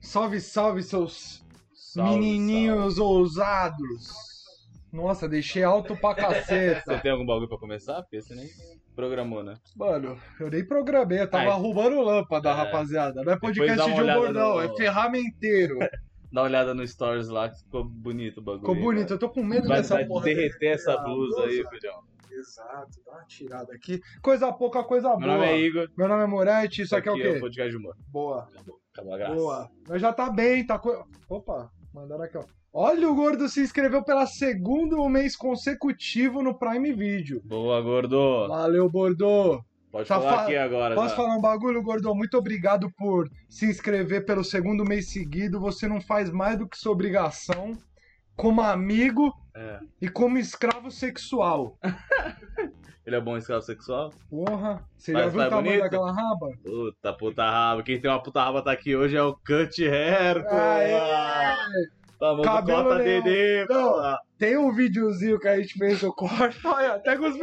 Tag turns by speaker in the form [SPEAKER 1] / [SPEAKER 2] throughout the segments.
[SPEAKER 1] Salve, salve, seus
[SPEAKER 2] Salve,
[SPEAKER 1] menininhos ousados. Nossa, deixei alto pra
[SPEAKER 2] Você
[SPEAKER 1] caceta.
[SPEAKER 2] tem algum bagulho pra começar? Porque você nem programou, né?
[SPEAKER 1] Mano, eu nem programei, eu tava
[SPEAKER 2] Ai.
[SPEAKER 1] roubando lâmpada,
[SPEAKER 2] É.
[SPEAKER 1] rapaziada. Não é
[SPEAKER 2] Depois
[SPEAKER 1] podcast
[SPEAKER 2] dá uma
[SPEAKER 1] de
[SPEAKER 2] olhada
[SPEAKER 1] humor, não,
[SPEAKER 2] no-
[SPEAKER 1] é ferramenteiro.
[SPEAKER 2] Dá uma olhada no stories lá, que ficou bonito o bagulho. né?
[SPEAKER 1] Ficou bonito, eu tô com medo
[SPEAKER 2] Vai,
[SPEAKER 1] dessa
[SPEAKER 2] vai
[SPEAKER 1] porra.
[SPEAKER 2] derreter essa
[SPEAKER 1] Ah,
[SPEAKER 2] blusa aí, filhão.
[SPEAKER 1] Exato, dá uma tirada aqui. Coisa pouca, coisa
[SPEAKER 2] Meu
[SPEAKER 1] boa.
[SPEAKER 2] nome é Igor.
[SPEAKER 1] Meu nome é Moretti, isso aqui é o
[SPEAKER 2] Aqui é o
[SPEAKER 1] quê?
[SPEAKER 2] podcast de humor.
[SPEAKER 1] Boa,
[SPEAKER 2] Acabou, acabou a graça.
[SPEAKER 1] boa. Mas já tá bem, tá co... Opa, mandaram aqui, ó. Olha o gordo se inscreveu pela segundo mês consecutivo no Prime Video.
[SPEAKER 2] Boa, gordo.
[SPEAKER 1] Valeu, Bordeaux.
[SPEAKER 2] Pode
[SPEAKER 1] Tá
[SPEAKER 2] falar
[SPEAKER 1] fa-
[SPEAKER 2] aqui agora.
[SPEAKER 1] Posso
[SPEAKER 2] já.
[SPEAKER 1] falar um bagulho, Gordão? Muito obrigado por se inscrever pelo segundo mês seguido. Você não faz mais do que sua obrigação como amigo
[SPEAKER 2] É.
[SPEAKER 1] e como escravo sexual.
[SPEAKER 2] Ele é bom escravo sexual?
[SPEAKER 1] Porra, você
[SPEAKER 2] Mas
[SPEAKER 1] já viu
[SPEAKER 2] tá
[SPEAKER 1] o tamanho
[SPEAKER 2] bonito?
[SPEAKER 1] daquela raba?
[SPEAKER 2] Puta puta raba. Quem tem uma puta raba tá aqui hoje é o Cut Herco.
[SPEAKER 1] Aê!
[SPEAKER 2] Famoso
[SPEAKER 1] Cabelo
[SPEAKER 2] Cota
[SPEAKER 1] leão.
[SPEAKER 2] Dedê.
[SPEAKER 1] Não.
[SPEAKER 2] porra.
[SPEAKER 1] Tem um videozinho que a gente fez do corte. Olha, até com os...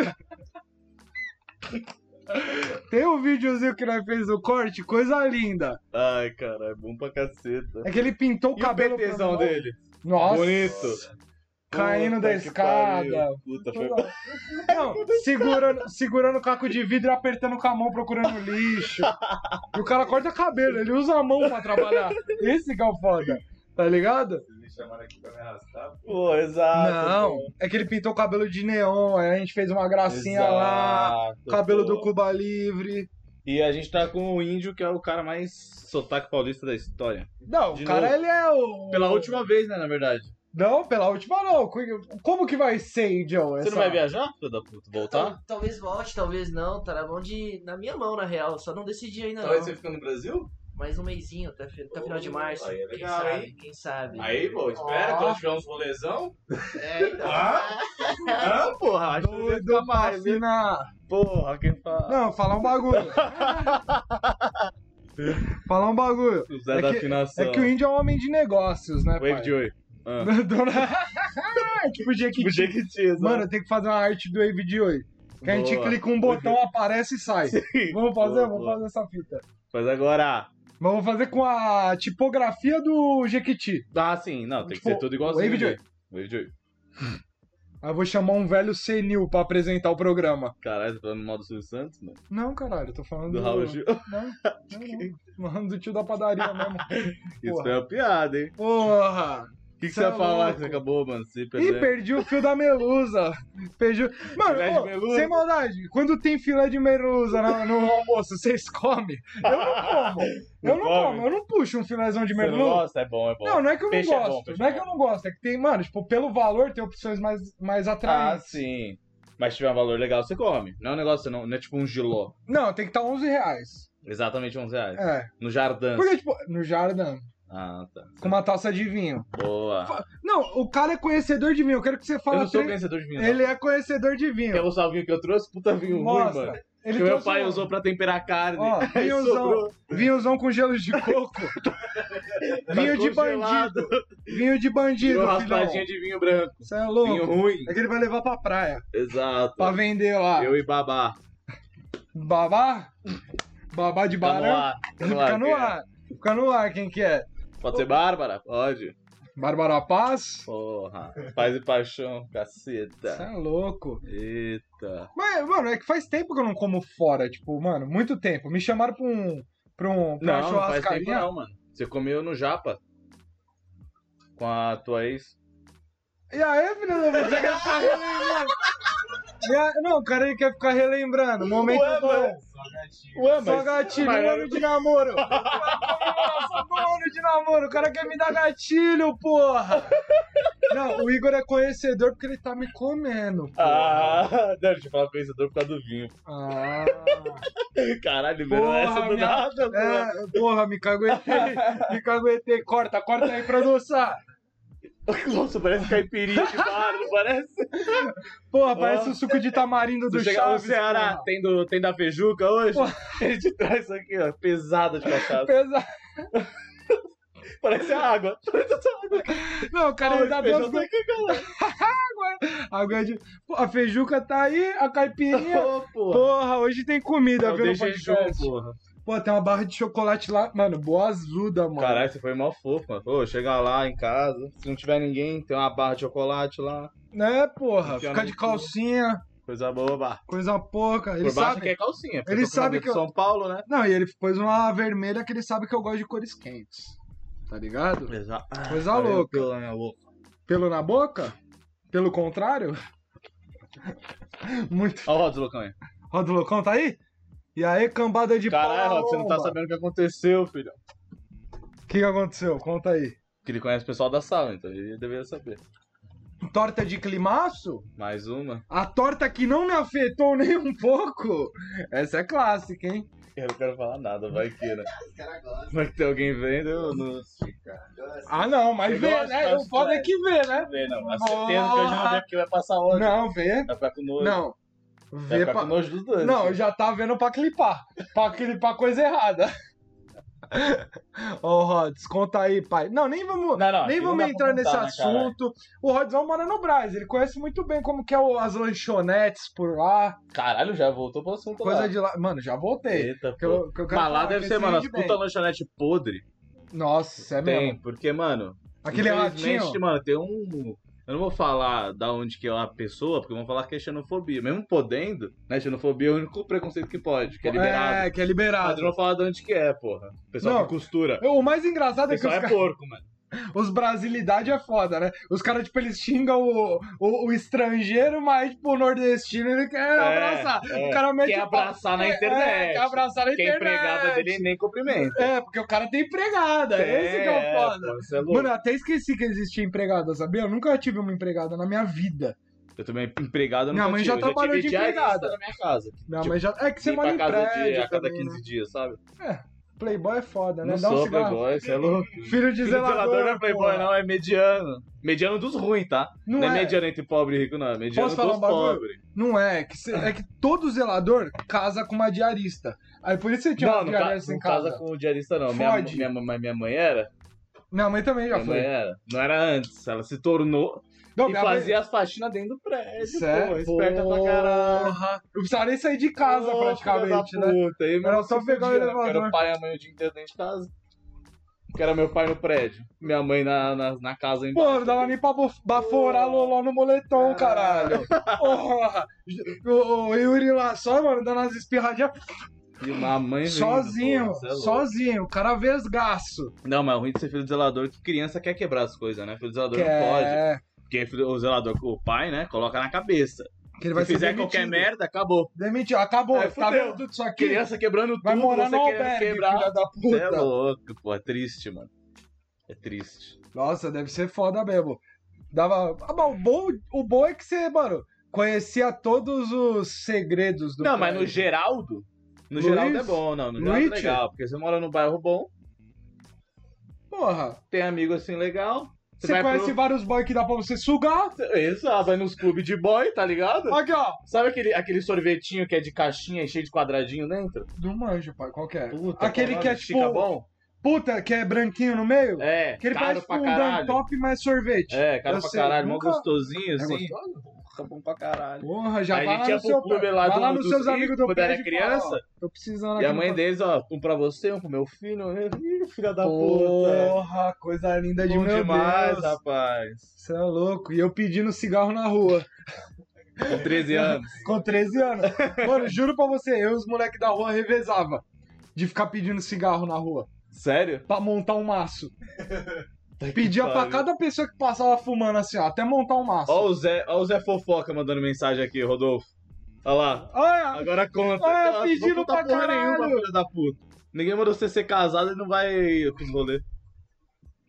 [SPEAKER 1] Tem um videozinho que nós fez do corte, coisa linda.
[SPEAKER 2] Ai, cara, é bom pra caceta.
[SPEAKER 1] É que ele pintou o
[SPEAKER 2] E o
[SPEAKER 1] cabelo. pra
[SPEAKER 2] PTzão
[SPEAKER 1] nós.
[SPEAKER 2] dele?
[SPEAKER 1] Nossa.
[SPEAKER 2] Bonito.
[SPEAKER 1] Caindo da
[SPEAKER 2] Puta que
[SPEAKER 1] escada.
[SPEAKER 2] pariu. Puta, foi
[SPEAKER 1] Não, segurando, segurando o caco de vidro e apertando com a mão, procurando lixo. E o cara corta cabelo, ele usa a mão pra trabalhar. Esse que é o foda, tá ligado?
[SPEAKER 3] Vocês me chamaram aqui pra me arrastar?
[SPEAKER 2] Pô, exato.
[SPEAKER 1] Não,
[SPEAKER 2] pô.
[SPEAKER 1] é que ele pintou o cabelo de neon, aí a gente fez uma gracinha assim, lá,
[SPEAKER 2] Exato,
[SPEAKER 1] cabelo
[SPEAKER 2] pô.
[SPEAKER 1] do Cuba Livre.
[SPEAKER 2] E a gente tá com o índio, que é o cara mais sotaque paulista da história.
[SPEAKER 1] Não,
[SPEAKER 2] De
[SPEAKER 1] o cara
[SPEAKER 2] novo.
[SPEAKER 1] ele é o...
[SPEAKER 2] Pela última vez, né, na verdade.
[SPEAKER 1] Não, pela última não. Como que vai ser, John?
[SPEAKER 2] Você não vai viajar, filho da puta? Voltar?
[SPEAKER 4] Tal- talvez volte, talvez não. Tá na mão de. Na minha mão, na real. Só não decidi ainda
[SPEAKER 3] Talvez
[SPEAKER 4] não.
[SPEAKER 3] Então, você fica no Brasil?
[SPEAKER 4] Mais um mêsinho, até, fi- até final de março.
[SPEAKER 3] Aí é
[SPEAKER 4] quem
[SPEAKER 3] legal,
[SPEAKER 4] sabe?
[SPEAKER 3] hein?
[SPEAKER 4] Quem sabe?
[SPEAKER 3] Aí, pô, espera,
[SPEAKER 4] Ó.
[SPEAKER 3] quando tiver uns rolezão. Ah,
[SPEAKER 4] É, então.
[SPEAKER 3] Hã? Hã?
[SPEAKER 2] porra, acho tá
[SPEAKER 1] Doido pra assinar.
[SPEAKER 2] Porra, quem fala?
[SPEAKER 1] Não, falar um bagulho. falar um bagulho.
[SPEAKER 2] O Zé
[SPEAKER 1] É
[SPEAKER 2] da
[SPEAKER 1] que-
[SPEAKER 2] afinação.
[SPEAKER 1] É que o índio é um homem de negócios, né,
[SPEAKER 2] Wave
[SPEAKER 1] pai?
[SPEAKER 2] Joy. Ah.
[SPEAKER 1] Dona- tipo
[SPEAKER 2] O
[SPEAKER 1] Jequiti.
[SPEAKER 2] Jequiti,
[SPEAKER 1] Mano, eu tenho que fazer uma arte do Wave de hoje. Que a gente
[SPEAKER 2] Boa.
[SPEAKER 1] clica um botão, aparece e sai. Vamos fazer?
[SPEAKER 2] Boa,
[SPEAKER 1] Vamos
[SPEAKER 2] boa.
[SPEAKER 1] fazer essa fita.
[SPEAKER 2] Mas agora...
[SPEAKER 1] Mas vamos fazer com a tipografia do Jequiti.
[SPEAKER 2] Ah, sim, não, tem
[SPEAKER 1] Tipo,
[SPEAKER 2] que ser tudo igualzinho.
[SPEAKER 1] Wave Joy.
[SPEAKER 2] né? Wave Joy.
[SPEAKER 1] Aí eu vou chamar um velho senil pra apresentar o programa.
[SPEAKER 2] Caralho, tá falando mal do Silvio Santos, mano?
[SPEAKER 1] Não, caralho, eu tô falando
[SPEAKER 2] Do Raul Gil.
[SPEAKER 1] Não, não, não. Mano, do tio da padaria mesmo.
[SPEAKER 2] Isso foi uma piada, hein?
[SPEAKER 1] Porra!
[SPEAKER 2] O que, que
[SPEAKER 1] Cê
[SPEAKER 2] você ia
[SPEAKER 1] é
[SPEAKER 2] falar
[SPEAKER 1] louco.
[SPEAKER 2] que você acabou, mano? Se
[SPEAKER 1] Ih,
[SPEAKER 2] perder.
[SPEAKER 1] perdi o fio da melusa. Perdi o... Mano,
[SPEAKER 2] é. Filé de
[SPEAKER 1] ô,
[SPEAKER 2] melusa.
[SPEAKER 1] sem maldade, quando tem filé de melusa na- no, almoço, vocês comem? Eu não como. Eu
[SPEAKER 2] Não
[SPEAKER 1] não
[SPEAKER 2] come?
[SPEAKER 1] como, eu não puxo um filézão de
[SPEAKER 2] Você não
[SPEAKER 1] merluza.
[SPEAKER 2] gosta? É bom, é bom.
[SPEAKER 1] Não, não é que eu não
[SPEAKER 2] Peixe é bom,
[SPEAKER 1] gosto.
[SPEAKER 2] peixe
[SPEAKER 1] não é
[SPEAKER 2] é
[SPEAKER 1] que eu
[SPEAKER 2] bom.
[SPEAKER 1] não gosto. É que tem, mano, tipo, pelo valor tem opções mais, mais
[SPEAKER 2] Ah,
[SPEAKER 1] atraentes.
[SPEAKER 2] sim. Mas se tiver um valor legal, você come. Não é um negócio, não, não é tipo um giló.
[SPEAKER 1] Não, tem que estar 11 reais.
[SPEAKER 2] Exatamente 11 reais.
[SPEAKER 1] É.
[SPEAKER 2] No Jardim.
[SPEAKER 1] Porque, tipo, no jardim,
[SPEAKER 2] Ah, tá.
[SPEAKER 1] com uma taça de vinho.
[SPEAKER 2] Boa.
[SPEAKER 1] Não, o cara é conhecedor de vinho. Eu quero que você
[SPEAKER 2] Eu
[SPEAKER 1] fale.
[SPEAKER 2] não sou
[SPEAKER 1] três-
[SPEAKER 2] conhecedor de vinho. não.
[SPEAKER 1] Ele é conhecedor de vinho.
[SPEAKER 2] Quer usar o vinho que eu trouxe? Puta vinho ruim,
[SPEAKER 1] Mostra.
[SPEAKER 2] mano.
[SPEAKER 1] Ele
[SPEAKER 2] que meu
[SPEAKER 1] trouxe
[SPEAKER 2] pai
[SPEAKER 1] um-
[SPEAKER 2] usou pra temperar carne.
[SPEAKER 1] Ó,
[SPEAKER 2] Aí sobrou.
[SPEAKER 1] vinhozão, vinhozão com gelo de coco. vinho de
[SPEAKER 2] Tá congelado.
[SPEAKER 1] bandido. Vinho de
[SPEAKER 2] Tirou
[SPEAKER 1] bandido,
[SPEAKER 2] uma
[SPEAKER 1] filhão.
[SPEAKER 2] raspadinha de vinho branco.
[SPEAKER 1] Você é louco.
[SPEAKER 2] Vinho ruim.
[SPEAKER 1] É que ele vai levar pra praia,
[SPEAKER 2] Exato.
[SPEAKER 1] pra vender lá.
[SPEAKER 2] Eu e babá.
[SPEAKER 1] Babá? Babá de
[SPEAKER 2] Fica no
[SPEAKER 1] barão?
[SPEAKER 2] ar.
[SPEAKER 1] né? Fica no
[SPEAKER 2] cara.
[SPEAKER 1] ar. Fica no ar, quem que é?
[SPEAKER 2] Pode ser Bárbara? Pode.
[SPEAKER 1] Bárbara Paz?
[SPEAKER 2] Porra. Paz e paixão,
[SPEAKER 1] Você
[SPEAKER 2] caceta.
[SPEAKER 1] é louco.
[SPEAKER 2] Eita.
[SPEAKER 1] Mas, mano, é que faz tempo que eu não como fora. Tipo, mano, muito tempo. Me chamaram pra um... Pra um pra uma
[SPEAKER 2] Não, não faz tempo
[SPEAKER 1] churrascaria.
[SPEAKER 2] não, mano. Você comeu no Japa. Com a tua ex.
[SPEAKER 1] E aí, filho da puta, você quer ficar relembrando? E aí- não, o cara ele quer ficar relembrando. Momento
[SPEAKER 2] Ué,
[SPEAKER 1] bom.
[SPEAKER 3] Só gatinho.
[SPEAKER 2] Ué,
[SPEAKER 1] Só gatilho, um ano de namoro. Comemoração do ano de namoro. O cara quer me dar gatilho, porra. Não, o Igor é conhecedor porque ele tá me comendo.
[SPEAKER 2] Ah, não, deixa eu falar conhecedor por causa do vinho.
[SPEAKER 1] Ah.
[SPEAKER 2] Caralho, liberou
[SPEAKER 1] Porra,
[SPEAKER 2] essa do
[SPEAKER 1] minha-
[SPEAKER 2] nada, porra.
[SPEAKER 1] É, porra, me caguetei. Me caguetei. Corta, corta aí pra adoçar.
[SPEAKER 2] Nossa, parece caipirinha de bar, não parece?
[SPEAKER 1] Porra, parece o suco de tamarindo do
[SPEAKER 2] Tu chega no
[SPEAKER 1] Chaves.
[SPEAKER 2] Ceará, tem, do, tem da Fejuca hoje?
[SPEAKER 1] Porra.
[SPEAKER 2] Ele te traz isso aqui, ó, pesada de
[SPEAKER 1] porra.
[SPEAKER 2] cachaça.
[SPEAKER 1] Pesa-
[SPEAKER 2] parece água. Parece essa água.
[SPEAKER 1] Não, o cara ele dá duas
[SPEAKER 2] Feijão tá aqui, cara.
[SPEAKER 1] Agora de- Pô, A feijuca tá aí, a caipirinha.
[SPEAKER 2] Ô, porra.
[SPEAKER 1] Porra, hoje tem comida
[SPEAKER 2] Eu
[SPEAKER 1] pelo
[SPEAKER 2] deixei
[SPEAKER 1] podcast.
[SPEAKER 2] junto, porra.
[SPEAKER 1] Pô, tem uma barra de chocolate lá, mano, boa azuda, mano.
[SPEAKER 2] Caralho, você foi mal fofo, mano. Ô, chega lá em casa, se não tiver ninguém, tem uma barra de chocolate lá,
[SPEAKER 1] Né, porra?
[SPEAKER 2] Enfiar
[SPEAKER 1] Ficar
[SPEAKER 2] no
[SPEAKER 1] de
[SPEAKER 2] cu.
[SPEAKER 1] calcinha,
[SPEAKER 2] coisa boba.
[SPEAKER 1] coisa pouca. Ele
[SPEAKER 2] Por baixo
[SPEAKER 1] sabe.
[SPEAKER 2] que é calcinha.
[SPEAKER 1] Ele sabe que
[SPEAKER 2] é
[SPEAKER 1] eu-
[SPEAKER 2] São Paulo, né?
[SPEAKER 1] Não, e ele pôs uma vermelha que ele sabe que eu gosto de cores quentes. Tá ligado?
[SPEAKER 2] Exato.
[SPEAKER 1] Coisa louca.
[SPEAKER 2] Pela minha boca.
[SPEAKER 1] Pelo na boca? Pelo contrário? Muito.
[SPEAKER 2] Ó o Rods, loucão aí.
[SPEAKER 1] Roda o loucão, tá aí? E aí, cambada de
[SPEAKER 2] Caralho, Rods, você não tá
[SPEAKER 1] palomba.
[SPEAKER 2] sabendo o que aconteceu, filho.
[SPEAKER 1] O que, que aconteceu? Conta aí.
[SPEAKER 2] Que ele conhece o pessoal da sala, então ele deveria saber.
[SPEAKER 1] Torta de climaço?
[SPEAKER 2] Mais uma.
[SPEAKER 1] A torta que não me afetou nem um pouco? Essa é clássica, hein?
[SPEAKER 2] Eu não quero falar nada, vai que, né?
[SPEAKER 4] Os caras gostam,
[SPEAKER 2] Vai que tem alguém vendo, eu não.
[SPEAKER 4] gostam.
[SPEAKER 1] Ah, não, mas
[SPEAKER 2] Eu
[SPEAKER 1] vê,
[SPEAKER 2] gosto
[SPEAKER 1] né?
[SPEAKER 2] das
[SPEAKER 1] O foda é que vê, né?
[SPEAKER 2] Não vê, não. A certeza que hoje não vê porque vai passar ódio.
[SPEAKER 1] Não, vê.
[SPEAKER 2] Vai ficar com nojo.
[SPEAKER 1] Não.
[SPEAKER 2] vai
[SPEAKER 1] Vê
[SPEAKER 2] É, ficar
[SPEAKER 1] pra...
[SPEAKER 2] com nojo né? dos dois. assim.
[SPEAKER 1] Não, já tá vendo pra clipar. Pra clipar coisa errada. Ô, Rods, conta aí, pai. Não, nem vamos,
[SPEAKER 2] Não, não,
[SPEAKER 1] nem
[SPEAKER 2] aqui não
[SPEAKER 1] vamos
[SPEAKER 2] dá pra
[SPEAKER 1] entrar nesse
[SPEAKER 2] contar, né, caralho?
[SPEAKER 1] assunto. O Rodzão mora no Brás, ele conhece muito bem como que é o- as lanchonetes por lá,
[SPEAKER 2] Caralho, já voltou pro assunto
[SPEAKER 1] coisa
[SPEAKER 2] lá.
[SPEAKER 1] de lá. Mano, já voltei.
[SPEAKER 2] Eita,
[SPEAKER 1] Que
[SPEAKER 2] pô.
[SPEAKER 1] eu- que eu quero
[SPEAKER 2] Mas lá
[SPEAKER 1] falar,
[SPEAKER 2] deve
[SPEAKER 1] que
[SPEAKER 2] ser,
[SPEAKER 1] esse
[SPEAKER 2] mano, as
[SPEAKER 1] vende bem.
[SPEAKER 2] puta lanchonete podre.
[SPEAKER 1] Nossa, isso é mesmo.
[SPEAKER 2] Tem, porque, mano,
[SPEAKER 1] Aquele
[SPEAKER 2] infelizmente,
[SPEAKER 1] ratinho.
[SPEAKER 2] mano, tem um. Eu não vou falar da onde que é a pessoa, porque vão falar que é xenofobia. Mesmo podendo, né? Xenofobia é o único preconceito que pode, que é liberado.
[SPEAKER 1] É, que é
[SPEAKER 2] Mas eu
[SPEAKER 1] liberado.
[SPEAKER 2] não vou falar de onde que é, porra. O pessoal
[SPEAKER 1] Não.
[SPEAKER 2] que costura.
[SPEAKER 1] Eu- O mais
[SPEAKER 2] O
[SPEAKER 1] engraçado é que os,
[SPEAKER 2] pessoal é
[SPEAKER 1] ca-
[SPEAKER 2] porco, mano.
[SPEAKER 1] os brasilidade é foda, né? Os caras, tipo, eles xingam o, o, o estrangeiro, mas, tipo, o nordestino ele quer abraçar.
[SPEAKER 2] é.
[SPEAKER 1] O cara mete
[SPEAKER 2] Quer
[SPEAKER 1] o pau.
[SPEAKER 2] abraçar na
[SPEAKER 1] É,
[SPEAKER 2] internet.
[SPEAKER 1] É, quer abraçar na
[SPEAKER 2] Que a
[SPEAKER 1] internet.
[SPEAKER 2] empregada dele nem cumprimenta.
[SPEAKER 1] É, porque o cara tem empregada. esse que é o foda.
[SPEAKER 2] pô, você é louco.
[SPEAKER 1] Mano, eu até esqueci que existia empregada, sabia? Eu nunca tive uma empregada na minha vida.
[SPEAKER 2] eu também empregado eu
[SPEAKER 1] Minha
[SPEAKER 2] nunca
[SPEAKER 1] mãe já
[SPEAKER 2] tive. Eu
[SPEAKER 1] trabalhou
[SPEAKER 2] tive
[SPEAKER 1] de
[SPEAKER 2] diarista
[SPEAKER 1] empregada.
[SPEAKER 2] na minha casa.
[SPEAKER 1] Minha
[SPEAKER 2] Tipo,
[SPEAKER 1] mãe já... É que você
[SPEAKER 2] Vim
[SPEAKER 1] mora em
[SPEAKER 2] pra casa de-
[SPEAKER 1] prédio
[SPEAKER 2] a cada
[SPEAKER 1] também,
[SPEAKER 2] 15
[SPEAKER 1] né?
[SPEAKER 2] dias, sabe?
[SPEAKER 1] Playboy é foda, né?
[SPEAKER 2] Não
[SPEAKER 1] Dá um
[SPEAKER 2] sou
[SPEAKER 1] cigarro.
[SPEAKER 2] playboy, você é louco.
[SPEAKER 1] Filho de
[SPEAKER 2] Filho de
[SPEAKER 1] zelador,
[SPEAKER 2] zelador não é playboy,
[SPEAKER 1] porra.
[SPEAKER 2] não, é mediano. Mediano dos ruins, tá?
[SPEAKER 1] Não,
[SPEAKER 2] Não, é.
[SPEAKER 1] é,
[SPEAKER 2] mediano entre pobre e rico, não. É mediano
[SPEAKER 1] Posso falar
[SPEAKER 2] dos
[SPEAKER 1] um bagulho?
[SPEAKER 2] pobres.
[SPEAKER 1] não é. É que, cê- é que todo zelador casa com uma diarista. Aí por isso você tinha
[SPEAKER 2] Não,
[SPEAKER 1] uma
[SPEAKER 2] não, ca
[SPEAKER 1] diarista
[SPEAKER 2] não
[SPEAKER 1] em casa.
[SPEAKER 2] casa com o diarista, não. Minha,
[SPEAKER 1] Fode.
[SPEAKER 2] minha, mãe- minha mãe era?
[SPEAKER 1] Minha mãe também já
[SPEAKER 2] Minha mãe
[SPEAKER 1] foi.
[SPEAKER 2] era. Não era antes. Ela se tornou
[SPEAKER 1] Não,
[SPEAKER 2] e
[SPEAKER 1] minha mãe- é
[SPEAKER 2] fazia as faxinas dentro do prédio, pô.
[SPEAKER 1] Sério?
[SPEAKER 2] Esperta pra caralho.
[SPEAKER 1] Porra. Eu precisava nem sair de casa,
[SPEAKER 2] Ô,
[SPEAKER 1] praticamente,
[SPEAKER 2] filha da
[SPEAKER 1] né?
[SPEAKER 2] puta, aí, meu,
[SPEAKER 1] Era só
[SPEAKER 2] se
[SPEAKER 1] pegar o
[SPEAKER 2] fudia, né?
[SPEAKER 1] elevador.
[SPEAKER 2] Era o pai e a mãe o dia inteiro dentro de casa. Que era meu pai no prédio. Minha mãe na, na, na casa em
[SPEAKER 1] Pô, não dava nem pra baf- baforar loló no
[SPEAKER 2] Ah.
[SPEAKER 1] moletom, caralho. Porra! O, o Yuri lá só, mano, dando as espirradinhas
[SPEAKER 2] E uma mãe vindo,
[SPEAKER 1] sozinho,
[SPEAKER 2] porra, cê é louco.
[SPEAKER 1] sozinho, o cara vesgaço.
[SPEAKER 2] Não, mas o ruim de ser filho de zelador é que criança quer quebrar as coisas, né? Filho de zelador
[SPEAKER 1] Que
[SPEAKER 2] não pode.
[SPEAKER 1] é.
[SPEAKER 2] Porque filho- o zelador, o pai, né? Coloca na cabeça.
[SPEAKER 1] Que ele vai
[SPEAKER 2] Se
[SPEAKER 1] ser
[SPEAKER 2] fizer
[SPEAKER 1] demitido.
[SPEAKER 2] qualquer merda, acabou.
[SPEAKER 1] Demitiu, acabou.
[SPEAKER 2] É,
[SPEAKER 1] tá
[SPEAKER 2] fudeu.
[SPEAKER 1] vendo tudo isso aqui?
[SPEAKER 2] Criança quebrando
[SPEAKER 1] vai
[SPEAKER 2] tudo,
[SPEAKER 1] morar
[SPEAKER 2] você
[SPEAKER 1] no
[SPEAKER 2] querendo
[SPEAKER 1] albergue,
[SPEAKER 2] quebrar.
[SPEAKER 1] filha da
[SPEAKER 2] Cê é
[SPEAKER 1] puta.
[SPEAKER 2] louco, pô. É triste, mano. É triste.
[SPEAKER 1] Nossa, deve ser foda mesmo. Dava... Ah, mas o, bom, o bom é que você, mano, conhecia todos os segredos do
[SPEAKER 2] não, mas no
[SPEAKER 1] prédio.
[SPEAKER 2] Geraldo. No
[SPEAKER 1] Luiz?
[SPEAKER 2] Geraldo é bom, não. No Geraldo
[SPEAKER 1] Luiz?
[SPEAKER 2] é legal. Porque você mora num bairro bom,
[SPEAKER 1] Porra,
[SPEAKER 2] tem amigo assim legal.
[SPEAKER 1] você, conhece vários boy que dá pra você sugar.
[SPEAKER 2] pro... Exato, vai nos clubes de boy, tá ligado?
[SPEAKER 1] Aqui, ó.
[SPEAKER 2] Sabe aquele, aquele sorvetinho que é de caixinha e cheio de quadradinho dentro?
[SPEAKER 1] Não manjo, pai, qual que é?
[SPEAKER 2] Puta,
[SPEAKER 1] Aquele
[SPEAKER 2] qual
[SPEAKER 1] que é
[SPEAKER 2] nome? Fica
[SPEAKER 1] tipo,
[SPEAKER 2] bom?
[SPEAKER 1] puta, que é branquinho no meio?
[SPEAKER 2] É,
[SPEAKER 1] que ele
[SPEAKER 2] caro
[SPEAKER 1] parece tipo
[SPEAKER 2] pra
[SPEAKER 1] um dan
[SPEAKER 2] caralho.
[SPEAKER 1] top mais sorvete.
[SPEAKER 2] É, caro
[SPEAKER 1] Eu
[SPEAKER 2] pra
[SPEAKER 1] sei,
[SPEAKER 2] caralho,
[SPEAKER 1] nunca-
[SPEAKER 2] mó gostosinho,
[SPEAKER 1] É
[SPEAKER 2] assim.
[SPEAKER 1] gostoso?
[SPEAKER 2] Fica bom pra caralho.
[SPEAKER 1] Porra, já
[SPEAKER 2] Aí
[SPEAKER 1] vai
[SPEAKER 2] a
[SPEAKER 1] lá
[SPEAKER 2] gente
[SPEAKER 1] no
[SPEAKER 2] ia pro
[SPEAKER 1] seu
[SPEAKER 2] clube
[SPEAKER 1] pai.
[SPEAKER 2] lá
[SPEAKER 1] Vai
[SPEAKER 2] do-
[SPEAKER 1] lá nos
[SPEAKER 2] dos
[SPEAKER 1] seus
[SPEAKER 2] ricos,
[SPEAKER 1] amigos do
[SPEAKER 2] quando era
[SPEAKER 1] prédio e fala, ó,
[SPEAKER 2] criança.
[SPEAKER 1] Tô precisando
[SPEAKER 2] E
[SPEAKER 1] aqui.
[SPEAKER 2] a mãe
[SPEAKER 1] no-
[SPEAKER 2] deles, ó, um pra você, um pro meu filho. Ih, Filha da puta.
[SPEAKER 1] Porra, coisa linda de
[SPEAKER 2] Bom
[SPEAKER 1] meu
[SPEAKER 2] demais,
[SPEAKER 1] Deus.
[SPEAKER 2] rapaz.
[SPEAKER 1] Você é louco. E eu pedindo cigarro na rua,
[SPEAKER 2] Com 13 anos.
[SPEAKER 1] com 13 anos. Mano, juro pra você, eu e os moleques da rua revezava de ficar pedindo cigarro na rua
[SPEAKER 2] Sério?
[SPEAKER 1] pra montar um maço.
[SPEAKER 2] Tá que
[SPEAKER 1] Pedia pra
[SPEAKER 2] pariu.
[SPEAKER 1] cada pessoa que passava fumando assim, ó, até montar um maço.
[SPEAKER 2] Ó o, Zé, ó o Zé Fofoca mandando mensagem aqui, Rodolfo. Olha lá.
[SPEAKER 1] Olha,
[SPEAKER 2] Agora conta.
[SPEAKER 1] Ah,
[SPEAKER 2] Ela
[SPEAKER 1] pedindo
[SPEAKER 2] não conta
[SPEAKER 1] pra
[SPEAKER 2] porra
[SPEAKER 1] caralho.
[SPEAKER 2] nenhuma, filha da puta. Ninguém mandou você ser casado e não vai pros rolê.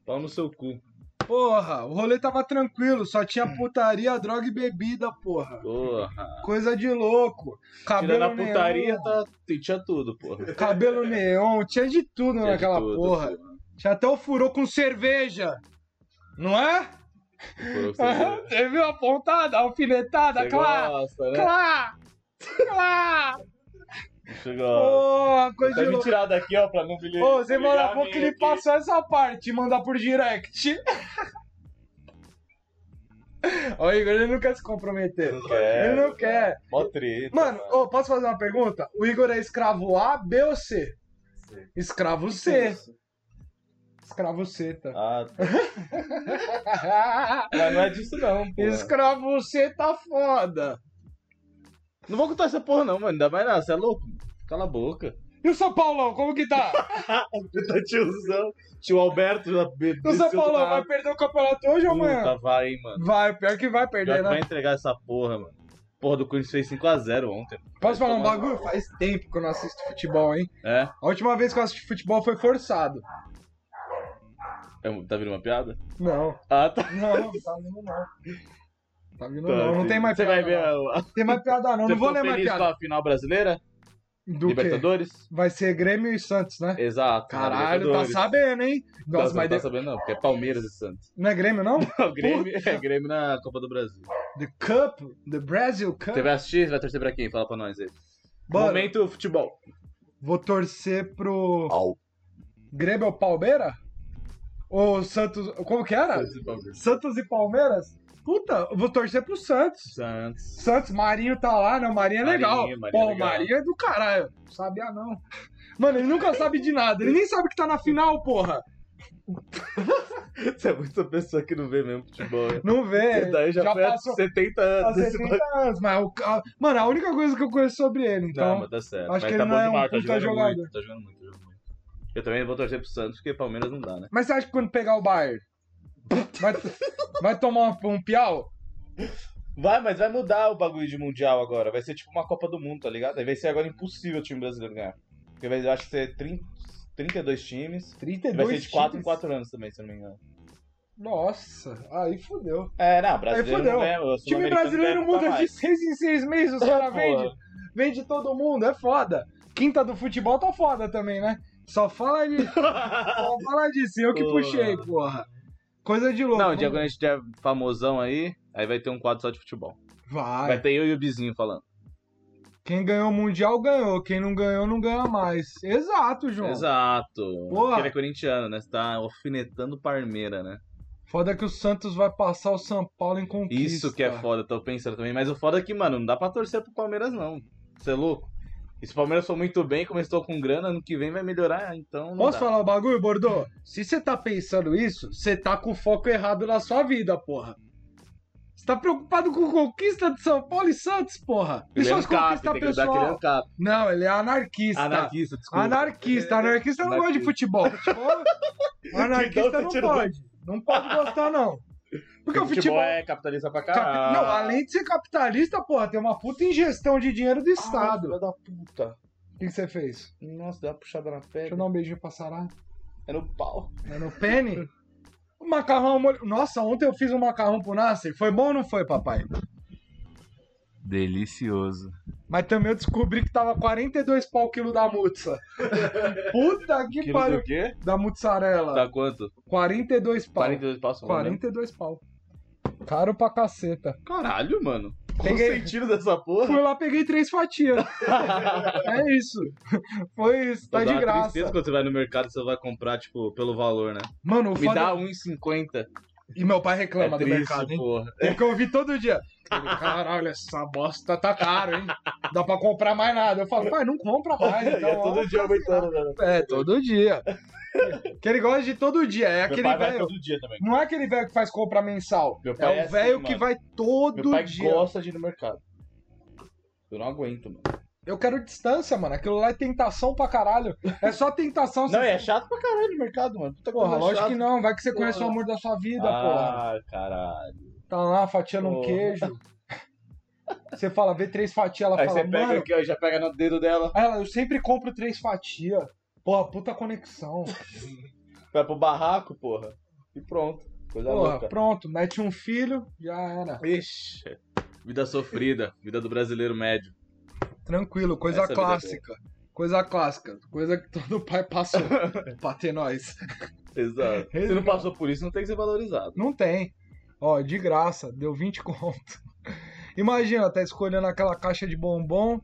[SPEAKER 2] Pau no seu cu.
[SPEAKER 1] Porra, o rolê tava tranquilo, só tinha putaria, droga e bebida, porra.
[SPEAKER 2] Porra.
[SPEAKER 1] Coisa de louco. Cabelo
[SPEAKER 2] Tirando a putaria,
[SPEAKER 1] neon,
[SPEAKER 2] tá... tinha tudo, porra.
[SPEAKER 1] cabelo neon, tinha de tudo
[SPEAKER 2] Tinha de
[SPEAKER 1] naquela
[SPEAKER 2] tudo,
[SPEAKER 1] porra.
[SPEAKER 2] porra.
[SPEAKER 1] Tinha até o furô com cerveja. Não é?
[SPEAKER 2] Porra, você-
[SPEAKER 1] Você viu a pontada, a alfinetada,
[SPEAKER 2] Você
[SPEAKER 1] claro.
[SPEAKER 2] gosta, né?
[SPEAKER 1] Claro. Claro.
[SPEAKER 2] Você gosta.
[SPEAKER 1] Porra, coisa de
[SPEAKER 2] Tá Ah, me
[SPEAKER 1] louco.
[SPEAKER 2] tirar daqui, ó, pra não me ligar.
[SPEAKER 1] Ô, você mora
[SPEAKER 2] ligar
[SPEAKER 1] pouco
[SPEAKER 2] a
[SPEAKER 1] que
[SPEAKER 2] minha
[SPEAKER 1] ele
[SPEAKER 2] aqui.
[SPEAKER 1] passou essa parte e mandar por direct. Ó, Igor, ele não quer se comprometer.
[SPEAKER 2] Não quer.
[SPEAKER 1] Ele não quer.
[SPEAKER 2] Mó treta.
[SPEAKER 1] Mano, ô, posso fazer uma pergunta? O Igor é escravo A, é B ou C?
[SPEAKER 3] C.
[SPEAKER 1] Escravo C. Escravo C, tá?
[SPEAKER 2] Ah, tá. Mas não é disso não, pô.
[SPEAKER 1] Escravo C tá foda.
[SPEAKER 2] Não vou contar essa porra não, mano. Ainda mais não, você é louco. mano. Cala a boca.
[SPEAKER 1] E o São Paulão, como que tá?
[SPEAKER 2] Puta Tá, tiozão. Tio Alberto já bebeu.
[SPEAKER 1] O São Paulão vai perder o campeonato hoje ou amanhã?
[SPEAKER 2] Puta, vai, hein, mano.
[SPEAKER 1] Vai, pior que vai
[SPEAKER 2] tá. Já
[SPEAKER 1] perder,
[SPEAKER 2] vai
[SPEAKER 1] né?
[SPEAKER 2] entregar essa porra, mano. Porra do Corinthians fez 5x0 ontem.
[SPEAKER 1] Posso falar um
[SPEAKER 2] tomar
[SPEAKER 1] bagulho? Faz tempo que eu não assisto futebol, hein?
[SPEAKER 2] É?
[SPEAKER 1] A última vez que eu assisti futebol foi forçado.
[SPEAKER 2] É, Tá vindo uma piada?
[SPEAKER 1] Não,
[SPEAKER 2] Ah, tá.
[SPEAKER 1] não, tá vindo não. Tá vindo
[SPEAKER 2] Tá,
[SPEAKER 1] não, não
[SPEAKER 2] entendi.
[SPEAKER 1] tem mais
[SPEAKER 2] Você
[SPEAKER 1] piada.
[SPEAKER 2] vai ver.
[SPEAKER 1] não.
[SPEAKER 2] a- a-
[SPEAKER 1] Tem mais piada não,
[SPEAKER 2] Você
[SPEAKER 1] não vou
[SPEAKER 2] ficou
[SPEAKER 1] ler mais
[SPEAKER 2] feliz
[SPEAKER 1] piada.
[SPEAKER 2] com a final brasileira?
[SPEAKER 1] Do quê?
[SPEAKER 2] Libertadores?
[SPEAKER 1] Vai ser Grêmio e Santos, né?
[SPEAKER 2] Exato.
[SPEAKER 1] Caralho, tá
[SPEAKER 2] Libertadores.
[SPEAKER 1] sabendo, hein?
[SPEAKER 2] Nossa,
[SPEAKER 1] Nossa,
[SPEAKER 2] não
[SPEAKER 1] mas
[SPEAKER 2] tá
[SPEAKER 1] de-
[SPEAKER 2] sabendo não, porque é Palmeiras e Santos.
[SPEAKER 1] não é Grêmio, não?
[SPEAKER 2] O Grêmio, é Grêmio na Copa do Brasil.
[SPEAKER 1] The Cup, The Brazil Cup.
[SPEAKER 2] Você vai assistir? Vai torcer pra quem? Fala pra nós aí.
[SPEAKER 1] Bora.
[SPEAKER 2] um Momento futebol.
[SPEAKER 1] Vou torcer pro Grêmio ou Palmeira? Ou Santos. Como que era? Santos e Palmeiras? Puta, eu vou torcer pro Santos.
[SPEAKER 2] Santos.
[SPEAKER 1] Santos, Marinho tá lá, não, Marinho é
[SPEAKER 2] Marinho,
[SPEAKER 1] legal.
[SPEAKER 2] Marinho é
[SPEAKER 1] Pô,
[SPEAKER 2] legal.
[SPEAKER 1] Marinho é do caralho. Não sabia não. Mano, ele nunca sabe de nada. Ele nem sabe que tá na final, porra.
[SPEAKER 2] Você é muita pessoa que não vê mesmo futebol. né?
[SPEAKER 1] Não vê.
[SPEAKER 2] Isso daí já, foi há
[SPEAKER 1] passou
[SPEAKER 2] 70
[SPEAKER 1] há
[SPEAKER 2] anos. esse
[SPEAKER 1] 70 anos. Mas, o ca- mano, a única coisa que eu conheço sobre ele,
[SPEAKER 2] Não,
[SPEAKER 1] então.
[SPEAKER 2] mas tá certo.
[SPEAKER 1] acho
[SPEAKER 2] Mas
[SPEAKER 1] que
[SPEAKER 2] tá
[SPEAKER 1] ele
[SPEAKER 2] bom
[SPEAKER 1] não é um
[SPEAKER 2] demais, tá
[SPEAKER 1] puta
[SPEAKER 2] jogando
[SPEAKER 1] jogador.
[SPEAKER 2] muito, tá jogando muito, tá jogando muito. Eu também vou torcer pro Santos, porque Palmeiras não dá, né?
[SPEAKER 1] Mas você acha que quando pegar o Bayern, vai, vai tomar um, um piau?
[SPEAKER 2] Vai, mas vai mudar o bagulho de Mundial agora. Vai ser tipo uma Copa do Mundo, tá ligado? Aí vai ser agora impossível o time brasileiro ganhar. Porque vai, eu acho que ser 30, 32 times.
[SPEAKER 1] 32
[SPEAKER 2] Vai ser de 4 em
[SPEAKER 1] times?
[SPEAKER 2] 4 anos também, se eu não me engano.
[SPEAKER 1] Nossa, aí fudeu.
[SPEAKER 2] É, não, brasileiro
[SPEAKER 1] fudeu.
[SPEAKER 2] não ganha. O
[SPEAKER 1] O time
[SPEAKER 2] sul-americano
[SPEAKER 1] brasileiro
[SPEAKER 2] ganha nunca
[SPEAKER 1] muda de
[SPEAKER 2] mais. É,
[SPEAKER 1] seis em seis meses, os caras
[SPEAKER 2] Porra.
[SPEAKER 1] vendem. Vende todo mundo, é foda. Quinta do futebol tá foda também, né? Só fala de. Só fala disso, eu que
[SPEAKER 2] Porra.
[SPEAKER 1] puxei, porra. Coisa de louco.
[SPEAKER 2] Não, né? o dia quando a gente tiver famosão aí, aí vai ter um quadro só de futebol.
[SPEAKER 1] Vai.
[SPEAKER 2] Vai ter eu e o Bizinho falando.
[SPEAKER 1] Quem ganhou o Mundial ganhou. Quem não ganhou, não ganha mais. Exato, João.
[SPEAKER 2] Exato.
[SPEAKER 1] Porra.
[SPEAKER 2] Porque ele é corintiano, né? Você tá alfinetando Parmeira, né?
[SPEAKER 1] Foda que o Santos vai passar o São Paulo em conquista.
[SPEAKER 2] Isso que é foda, eu tô pensando também. Mas o foda é que, mano, não dá pra torcer pro Palmeiras, não. Você é louco? E se o Palmeiras for muito bem, começou com grana, ano que vem vai melhorar, então. Não
[SPEAKER 1] Posso
[SPEAKER 2] dá.
[SPEAKER 1] falar o bagulho, Bordô? Se você tá pensando isso, você tá com o foco errado na sua vida, porra. Você tá preocupado com conquista de São Paulo e Santos, porra.
[SPEAKER 2] Ele
[SPEAKER 1] Isso
[SPEAKER 2] é
[SPEAKER 1] é
[SPEAKER 2] ANCAP,
[SPEAKER 1] conquista
[SPEAKER 2] tem que dar aquele
[SPEAKER 1] pessoal.
[SPEAKER 2] ANCAP.
[SPEAKER 1] Não, ele é anarquista.
[SPEAKER 2] Anarquista, desculpa.
[SPEAKER 1] Anarquista. Anarquista não gosta de futebol. Futebol-
[SPEAKER 2] Então,
[SPEAKER 1] Anarquista não
[SPEAKER 2] você tirou-
[SPEAKER 1] pode. Não pode gostar, não. Porque o
[SPEAKER 2] futebol,
[SPEAKER 1] futebol...
[SPEAKER 2] é capitalista pra
[SPEAKER 1] capi-
[SPEAKER 2] caralho.
[SPEAKER 1] Não, além de ser capitalista, porra, tem uma puta ingestão de dinheiro do
[SPEAKER 2] Ah,
[SPEAKER 1] Estado.
[SPEAKER 2] filha da puta.
[SPEAKER 1] O que que você fez?
[SPEAKER 2] Nossa, deu uma puxada na
[SPEAKER 1] Deixa
[SPEAKER 2] perna.
[SPEAKER 1] eu dar um beijinho pra Sarah.
[SPEAKER 2] É no pau.
[SPEAKER 1] É no pene? O macarrão molho. Nossa, ontem eu fiz um macarrão pro Nasser. Foi bom ou não foi, papai?
[SPEAKER 2] Delicioso.
[SPEAKER 1] Mas também eu descobri que tava 42 pau o quilo da mutsa. Puta que
[SPEAKER 2] Quilo
[SPEAKER 1] pariu.
[SPEAKER 2] do quê?
[SPEAKER 1] Da mussarela.
[SPEAKER 2] Tá quanto?
[SPEAKER 1] 42 pau.
[SPEAKER 2] 42 passou.
[SPEAKER 1] 42 pau. Caro pra caceta.
[SPEAKER 2] Caralho, mano. Qual o
[SPEAKER 1] Peguei-
[SPEAKER 2] sentido dessa porra?
[SPEAKER 1] Fui lá, peguei três fatias. é isso. Foi isso, tá
[SPEAKER 2] Dá
[SPEAKER 1] de
[SPEAKER 2] uma
[SPEAKER 1] graça.
[SPEAKER 2] tristeza quando você vai no mercado e você vai comprar, tipo, pelo valor, né?
[SPEAKER 1] Mano, o
[SPEAKER 2] Me
[SPEAKER 1] foda... é-
[SPEAKER 2] dá 1,50.
[SPEAKER 1] E meu pai
[SPEAKER 2] É
[SPEAKER 1] reclama do
[SPEAKER 2] triste,
[SPEAKER 1] mercado, hein?
[SPEAKER 2] porra.
[SPEAKER 1] É que eu ouvi todo dia. Ele, Caralho, essa bosta tá caro, hein? Dá pra comprar mais nada. Eu falo, pai, não compra mais. Então,
[SPEAKER 2] é todo
[SPEAKER 1] vamos
[SPEAKER 2] dia
[SPEAKER 1] fazer
[SPEAKER 2] aumentando, né?
[SPEAKER 1] nada. É, todo dia. Que ele gosta de todo dia. É
[SPEAKER 2] Meu
[SPEAKER 1] aquele
[SPEAKER 2] pai vai
[SPEAKER 1] velho.
[SPEAKER 2] todo dia também.
[SPEAKER 1] Não é aquele velho que faz compra mensal.
[SPEAKER 2] Meu pai
[SPEAKER 1] É
[SPEAKER 2] é
[SPEAKER 1] o velho
[SPEAKER 2] assim,
[SPEAKER 1] que
[SPEAKER 2] mano.
[SPEAKER 1] vai
[SPEAKER 2] Meu
[SPEAKER 1] todo
[SPEAKER 2] pai
[SPEAKER 1] dia.
[SPEAKER 2] gosta de ir no mercado. Eu não aguento, mano.
[SPEAKER 1] Eu quero distância, mano. Aquilo lá é tentação pra caralho. É só tentação.
[SPEAKER 2] Não,
[SPEAKER 1] você-
[SPEAKER 2] é chato pra caralho no mercado, mano. Puta
[SPEAKER 1] Porra,
[SPEAKER 2] coisa
[SPEAKER 1] lógico
[SPEAKER 2] chata.
[SPEAKER 1] que não. Vai que você conhece o
[SPEAKER 2] Porra.
[SPEAKER 1] amor da sua vida, porra.
[SPEAKER 2] Ah, caralho.
[SPEAKER 1] Tá lá fatiando um
[SPEAKER 2] Porra.
[SPEAKER 1] queijo. Você fala, vê três fatias, ela
[SPEAKER 2] Aí
[SPEAKER 1] fala,
[SPEAKER 2] você pega
[SPEAKER 1] mano,
[SPEAKER 2] aqui, ó, e já pega no dedo dela,
[SPEAKER 1] Aí ela, eu sempre compro três fatias. Porra, puta conexão.
[SPEAKER 2] vai pro barraco, porra. E pronto. Coisa
[SPEAKER 1] Porra,
[SPEAKER 2] louca.
[SPEAKER 1] pronto, mete um filho, já era.
[SPEAKER 2] Ixi. Vida sofrida, vida do brasileiro médio.
[SPEAKER 1] Tranquilo, coisa
[SPEAKER 2] Essa vida é
[SPEAKER 1] clássica. Coisa clássica, coisa que todo pai passou pra ter nós.
[SPEAKER 2] Exato. Se não passou por isso, não tem que ser valorizado.
[SPEAKER 1] Não tem. Ó, de graça, deu 20 conto. Imagina, tá escolhendo aquela caixa de bombom,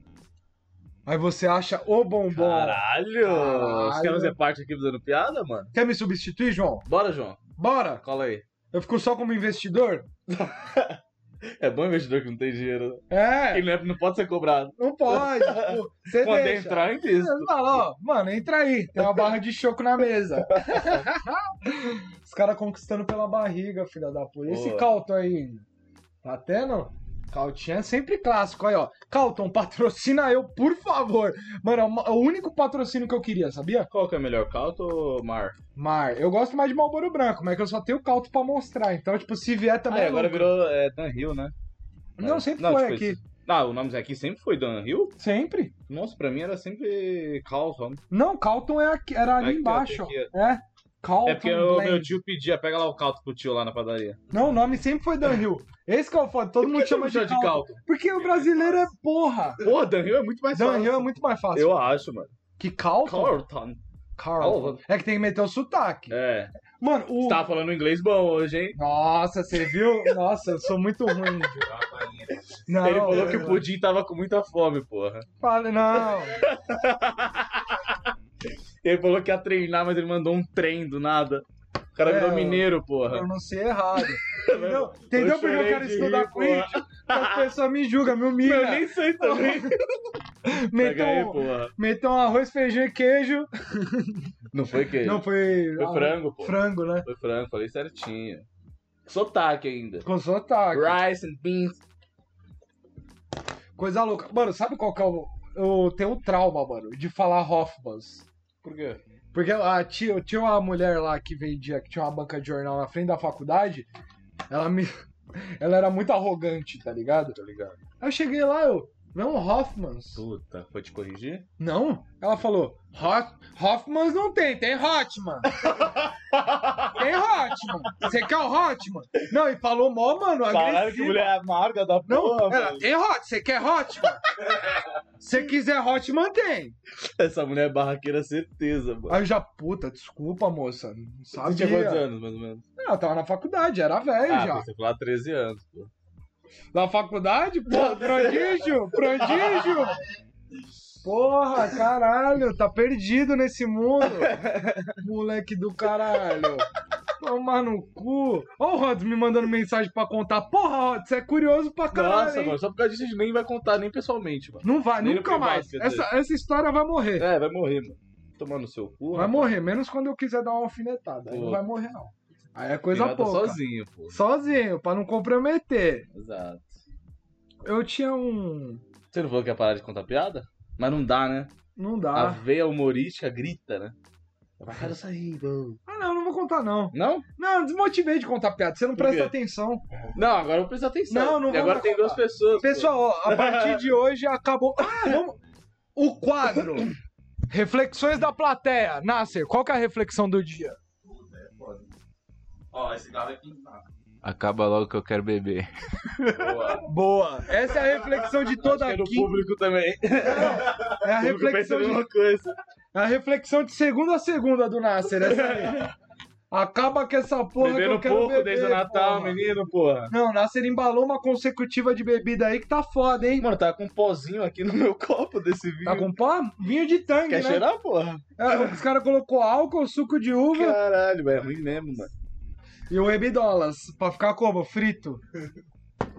[SPEAKER 1] aí você acha o bombom.
[SPEAKER 2] Caralho! Os
[SPEAKER 1] Caralho.
[SPEAKER 2] caras é parte aqui fazendo piada, mano?
[SPEAKER 1] Quer me substituir, João?
[SPEAKER 2] Bora, João.
[SPEAKER 1] Bora!
[SPEAKER 2] Cola aí.
[SPEAKER 1] Eu fico só como investidor?
[SPEAKER 2] É bom investidor que não tem dinheiro. né?
[SPEAKER 1] É,
[SPEAKER 2] Ele não, é- não pode ser cobrado.
[SPEAKER 1] não pode. Tipo, você
[SPEAKER 2] Quando
[SPEAKER 1] deixa.
[SPEAKER 2] entrar, entra isso.
[SPEAKER 1] Você fala, ó, mano, entra aí, tem uma barra de choco na mesa. Os caras conquistando pela barriga, filha da puta. E Esse
[SPEAKER 2] Boa.
[SPEAKER 1] Calton aí, tá tendo? Caltinha é sempre clássico, aí ó. Calton, patrocina eu, por favor. Mano, é o ma- é o único patrocínio que eu queria, sabia?
[SPEAKER 2] Qual que é melhor, Calto ou Mar?
[SPEAKER 1] Mar, eu gosto mais de Malboro Branco, mas é que eu só tenho Calton pra mostrar. Então, tipo, se vier também.
[SPEAKER 2] Ah,
[SPEAKER 1] eu
[SPEAKER 2] agora
[SPEAKER 1] não-
[SPEAKER 2] virou é, Dan Hill, né?
[SPEAKER 1] Não, sempre
[SPEAKER 2] Não,
[SPEAKER 1] foi
[SPEAKER 2] tipo,
[SPEAKER 1] aqui.
[SPEAKER 2] esse- Ah, o nome aqui sempre foi Dan Hill?
[SPEAKER 1] Sempre.
[SPEAKER 2] Nossa, pra mim era sempre Carlton.
[SPEAKER 1] Não, Calton é aqui, era ali
[SPEAKER 2] Aqui, ó,
[SPEAKER 1] embaixo.
[SPEAKER 2] tem aqui,
[SPEAKER 1] ó. É. Calton
[SPEAKER 2] É porque o
[SPEAKER 1] Blend.
[SPEAKER 2] meu tio pedia, pega lá o Calto pro tio lá na padaria.
[SPEAKER 1] Não, o nome sempre foi Dan Hill. Esse que é o foda, todo mundo chama de Calton. Porque o brasileiro é porra.
[SPEAKER 2] Pô, Dan Hill é muito mais
[SPEAKER 1] Dan
[SPEAKER 2] fácil.
[SPEAKER 1] Hill é muito mais fácil.
[SPEAKER 2] Eu acho, mano.
[SPEAKER 1] Que Calton?
[SPEAKER 2] Carlton.
[SPEAKER 1] Carl. É que tem que meter o sotaque.
[SPEAKER 2] É.
[SPEAKER 1] Mano, o...
[SPEAKER 2] Você tava falando inglês bom hoje, hein?
[SPEAKER 1] Nossa, você viu? Nossa, eu sou muito ruim. Gil. Não, é
[SPEAKER 2] Ele falou que
[SPEAKER 1] eu
[SPEAKER 2] o Pudim tava com muita fome, porra.
[SPEAKER 1] Falei, não.
[SPEAKER 2] Ele falou que ia treinar, mas ele mandou um trem do nada. O cara
[SPEAKER 1] É,
[SPEAKER 2] virou
[SPEAKER 1] eu-
[SPEAKER 2] mineiro, porra.
[SPEAKER 1] Eu não sei errado. Entendeu? Entendeu porque eu
[SPEAKER 2] chorei
[SPEAKER 1] quero
[SPEAKER 2] de
[SPEAKER 1] estudar
[SPEAKER 2] rir, porra.
[SPEAKER 1] Quid? As pessoas me julgam, me humilham.
[SPEAKER 2] Eu nem sei também. Pega aí,
[SPEAKER 1] Metam,
[SPEAKER 2] porra.
[SPEAKER 1] metam um- arroz, feijão e queijo.
[SPEAKER 2] Não foi queijo.
[SPEAKER 1] Não, foi...
[SPEAKER 2] Foi frango, pô.
[SPEAKER 1] Frango, né?
[SPEAKER 2] Foi frango, falei certinho. Sotaque ainda.
[SPEAKER 1] Com sotaque.
[SPEAKER 2] Rice and beans.
[SPEAKER 1] Coisa louca. Mano, sabe qual que é o. Eu tenho um trauma, mano, de falar Hoffmans.
[SPEAKER 2] Por quê?
[SPEAKER 1] Porque a tia, eu tinha uma mulher lá que vendia, que tinha uma banca de jornal na frente da faculdade. Ela me. Ela era muito arrogante, tá ligado?
[SPEAKER 2] Tá ligado.
[SPEAKER 1] Aí eu cheguei lá, eu. Não, Hoffmans.
[SPEAKER 2] Puta, foi te corrigir?
[SPEAKER 1] Não? Ela falou. "Hoff- Hoffmans não tem, tem Hotman. tem Hotman. Você quer o Hotman? Não, e falou mó, mano,
[SPEAKER 2] Caralho, que
[SPEAKER 1] agressivo.
[SPEAKER 2] mulher amarga da
[SPEAKER 1] Não,
[SPEAKER 2] porra,
[SPEAKER 1] ela,
[SPEAKER 2] mano.
[SPEAKER 1] tem Hot, você quer Hotman? Se quiser Hotman, tem.
[SPEAKER 2] Essa mulher é barraqueira, certeza, mano.
[SPEAKER 1] Aí eu já, puta, desculpa, moça. Não
[SPEAKER 2] Você tinha quantos
[SPEAKER 1] sabia.
[SPEAKER 2] anos, mais ou menos?
[SPEAKER 1] Não, eu tava na faculdade, era velho
[SPEAKER 2] ah,
[SPEAKER 1] já.
[SPEAKER 2] você falou há 13 anos, pô.
[SPEAKER 1] Na faculdade? Pô, prodígio, prodígio. Porra, caralho, tá perdido nesse mundo. Moleque do caralho. Tomar no cu. Ó o Rod me mandando mensagem pra contar. Porra, Rod, você é curioso pra caralho,
[SPEAKER 2] Nossa,
[SPEAKER 1] hein?
[SPEAKER 2] mano, só por causa disso a gente nem vai contar, nem pessoalmente, mano.
[SPEAKER 1] Não vai,
[SPEAKER 2] Nem no
[SPEAKER 1] nunca
[SPEAKER 2] privado,
[SPEAKER 1] mais.
[SPEAKER 2] quer dizer.
[SPEAKER 1] Essa, essa história vai morrer.
[SPEAKER 2] É, vai morrer, mano. Tomar no seu cu.
[SPEAKER 1] Vai
[SPEAKER 2] rapaz.
[SPEAKER 1] morrer, menos quando eu quiser dar uma alfinetada. Aí não
[SPEAKER 2] Pô.
[SPEAKER 1] vai morrer, não. Aí é
[SPEAKER 2] Tem
[SPEAKER 1] coisa
[SPEAKER 2] nada
[SPEAKER 1] pouca.
[SPEAKER 2] sozinho, pô.
[SPEAKER 1] Sozinho, pra não comprometer.
[SPEAKER 2] Exato.
[SPEAKER 1] Eu tinha um.
[SPEAKER 2] Você não falou que ia parar de contar piada? Mas não dá, né?
[SPEAKER 1] Não
[SPEAKER 2] A
[SPEAKER 1] dá.
[SPEAKER 2] veia humorística grita, né?
[SPEAKER 1] Tá
[SPEAKER 2] Vai cara sair, mano.
[SPEAKER 1] Ah, não, não vou contar, não.
[SPEAKER 2] Não?
[SPEAKER 1] Não, eu desmotivei de contar piada. Você não
[SPEAKER 2] Por
[SPEAKER 1] presta
[SPEAKER 2] quê?
[SPEAKER 1] atenção.
[SPEAKER 2] Não, agora eu vou prestar atenção.
[SPEAKER 1] Não, não
[SPEAKER 2] E agora
[SPEAKER 1] vamos
[SPEAKER 2] tem duas
[SPEAKER 1] contar.
[SPEAKER 2] pessoas. pô.
[SPEAKER 1] Pessoal, ó, a partir de hoje acabou. Ah, vamos. O quadro. Reflexões da plateia. Nasser, qual que é a reflexão do dia?
[SPEAKER 3] Ó, esse é cara vai pintar.
[SPEAKER 5] Acaba logo que eu quero beber.
[SPEAKER 2] Boa.
[SPEAKER 1] Boa. Essa é a reflexão de toda
[SPEAKER 2] Acho que é do
[SPEAKER 1] quinta.
[SPEAKER 2] público também.
[SPEAKER 1] É a
[SPEAKER 2] O público pensa a
[SPEAKER 1] reflexão de
[SPEAKER 2] mesma coisa.
[SPEAKER 1] É A reflexão de segunda a segunda do Nasser, essa aí. Acaba com essa porra que eu
[SPEAKER 2] Bebendo
[SPEAKER 1] quero
[SPEAKER 2] pouco
[SPEAKER 1] beber,
[SPEAKER 2] desde o Natal,
[SPEAKER 1] porra.
[SPEAKER 2] menino, porra.
[SPEAKER 1] Não, o Nasser embalou uma consecutiva de bebida aí que tá foda, hein?
[SPEAKER 2] Mano, tá com um pozinho aqui no meu copo desse vinho.
[SPEAKER 1] Tá com pó? Vinho de tangue,
[SPEAKER 2] Quer
[SPEAKER 1] né?
[SPEAKER 2] cheirar, porra?
[SPEAKER 1] É, os caras colocou álcool, suco de uva
[SPEAKER 2] Caralho, velho, é ruim mesmo, mano.
[SPEAKER 1] e o ebidolas. Pra ficar como? Frito.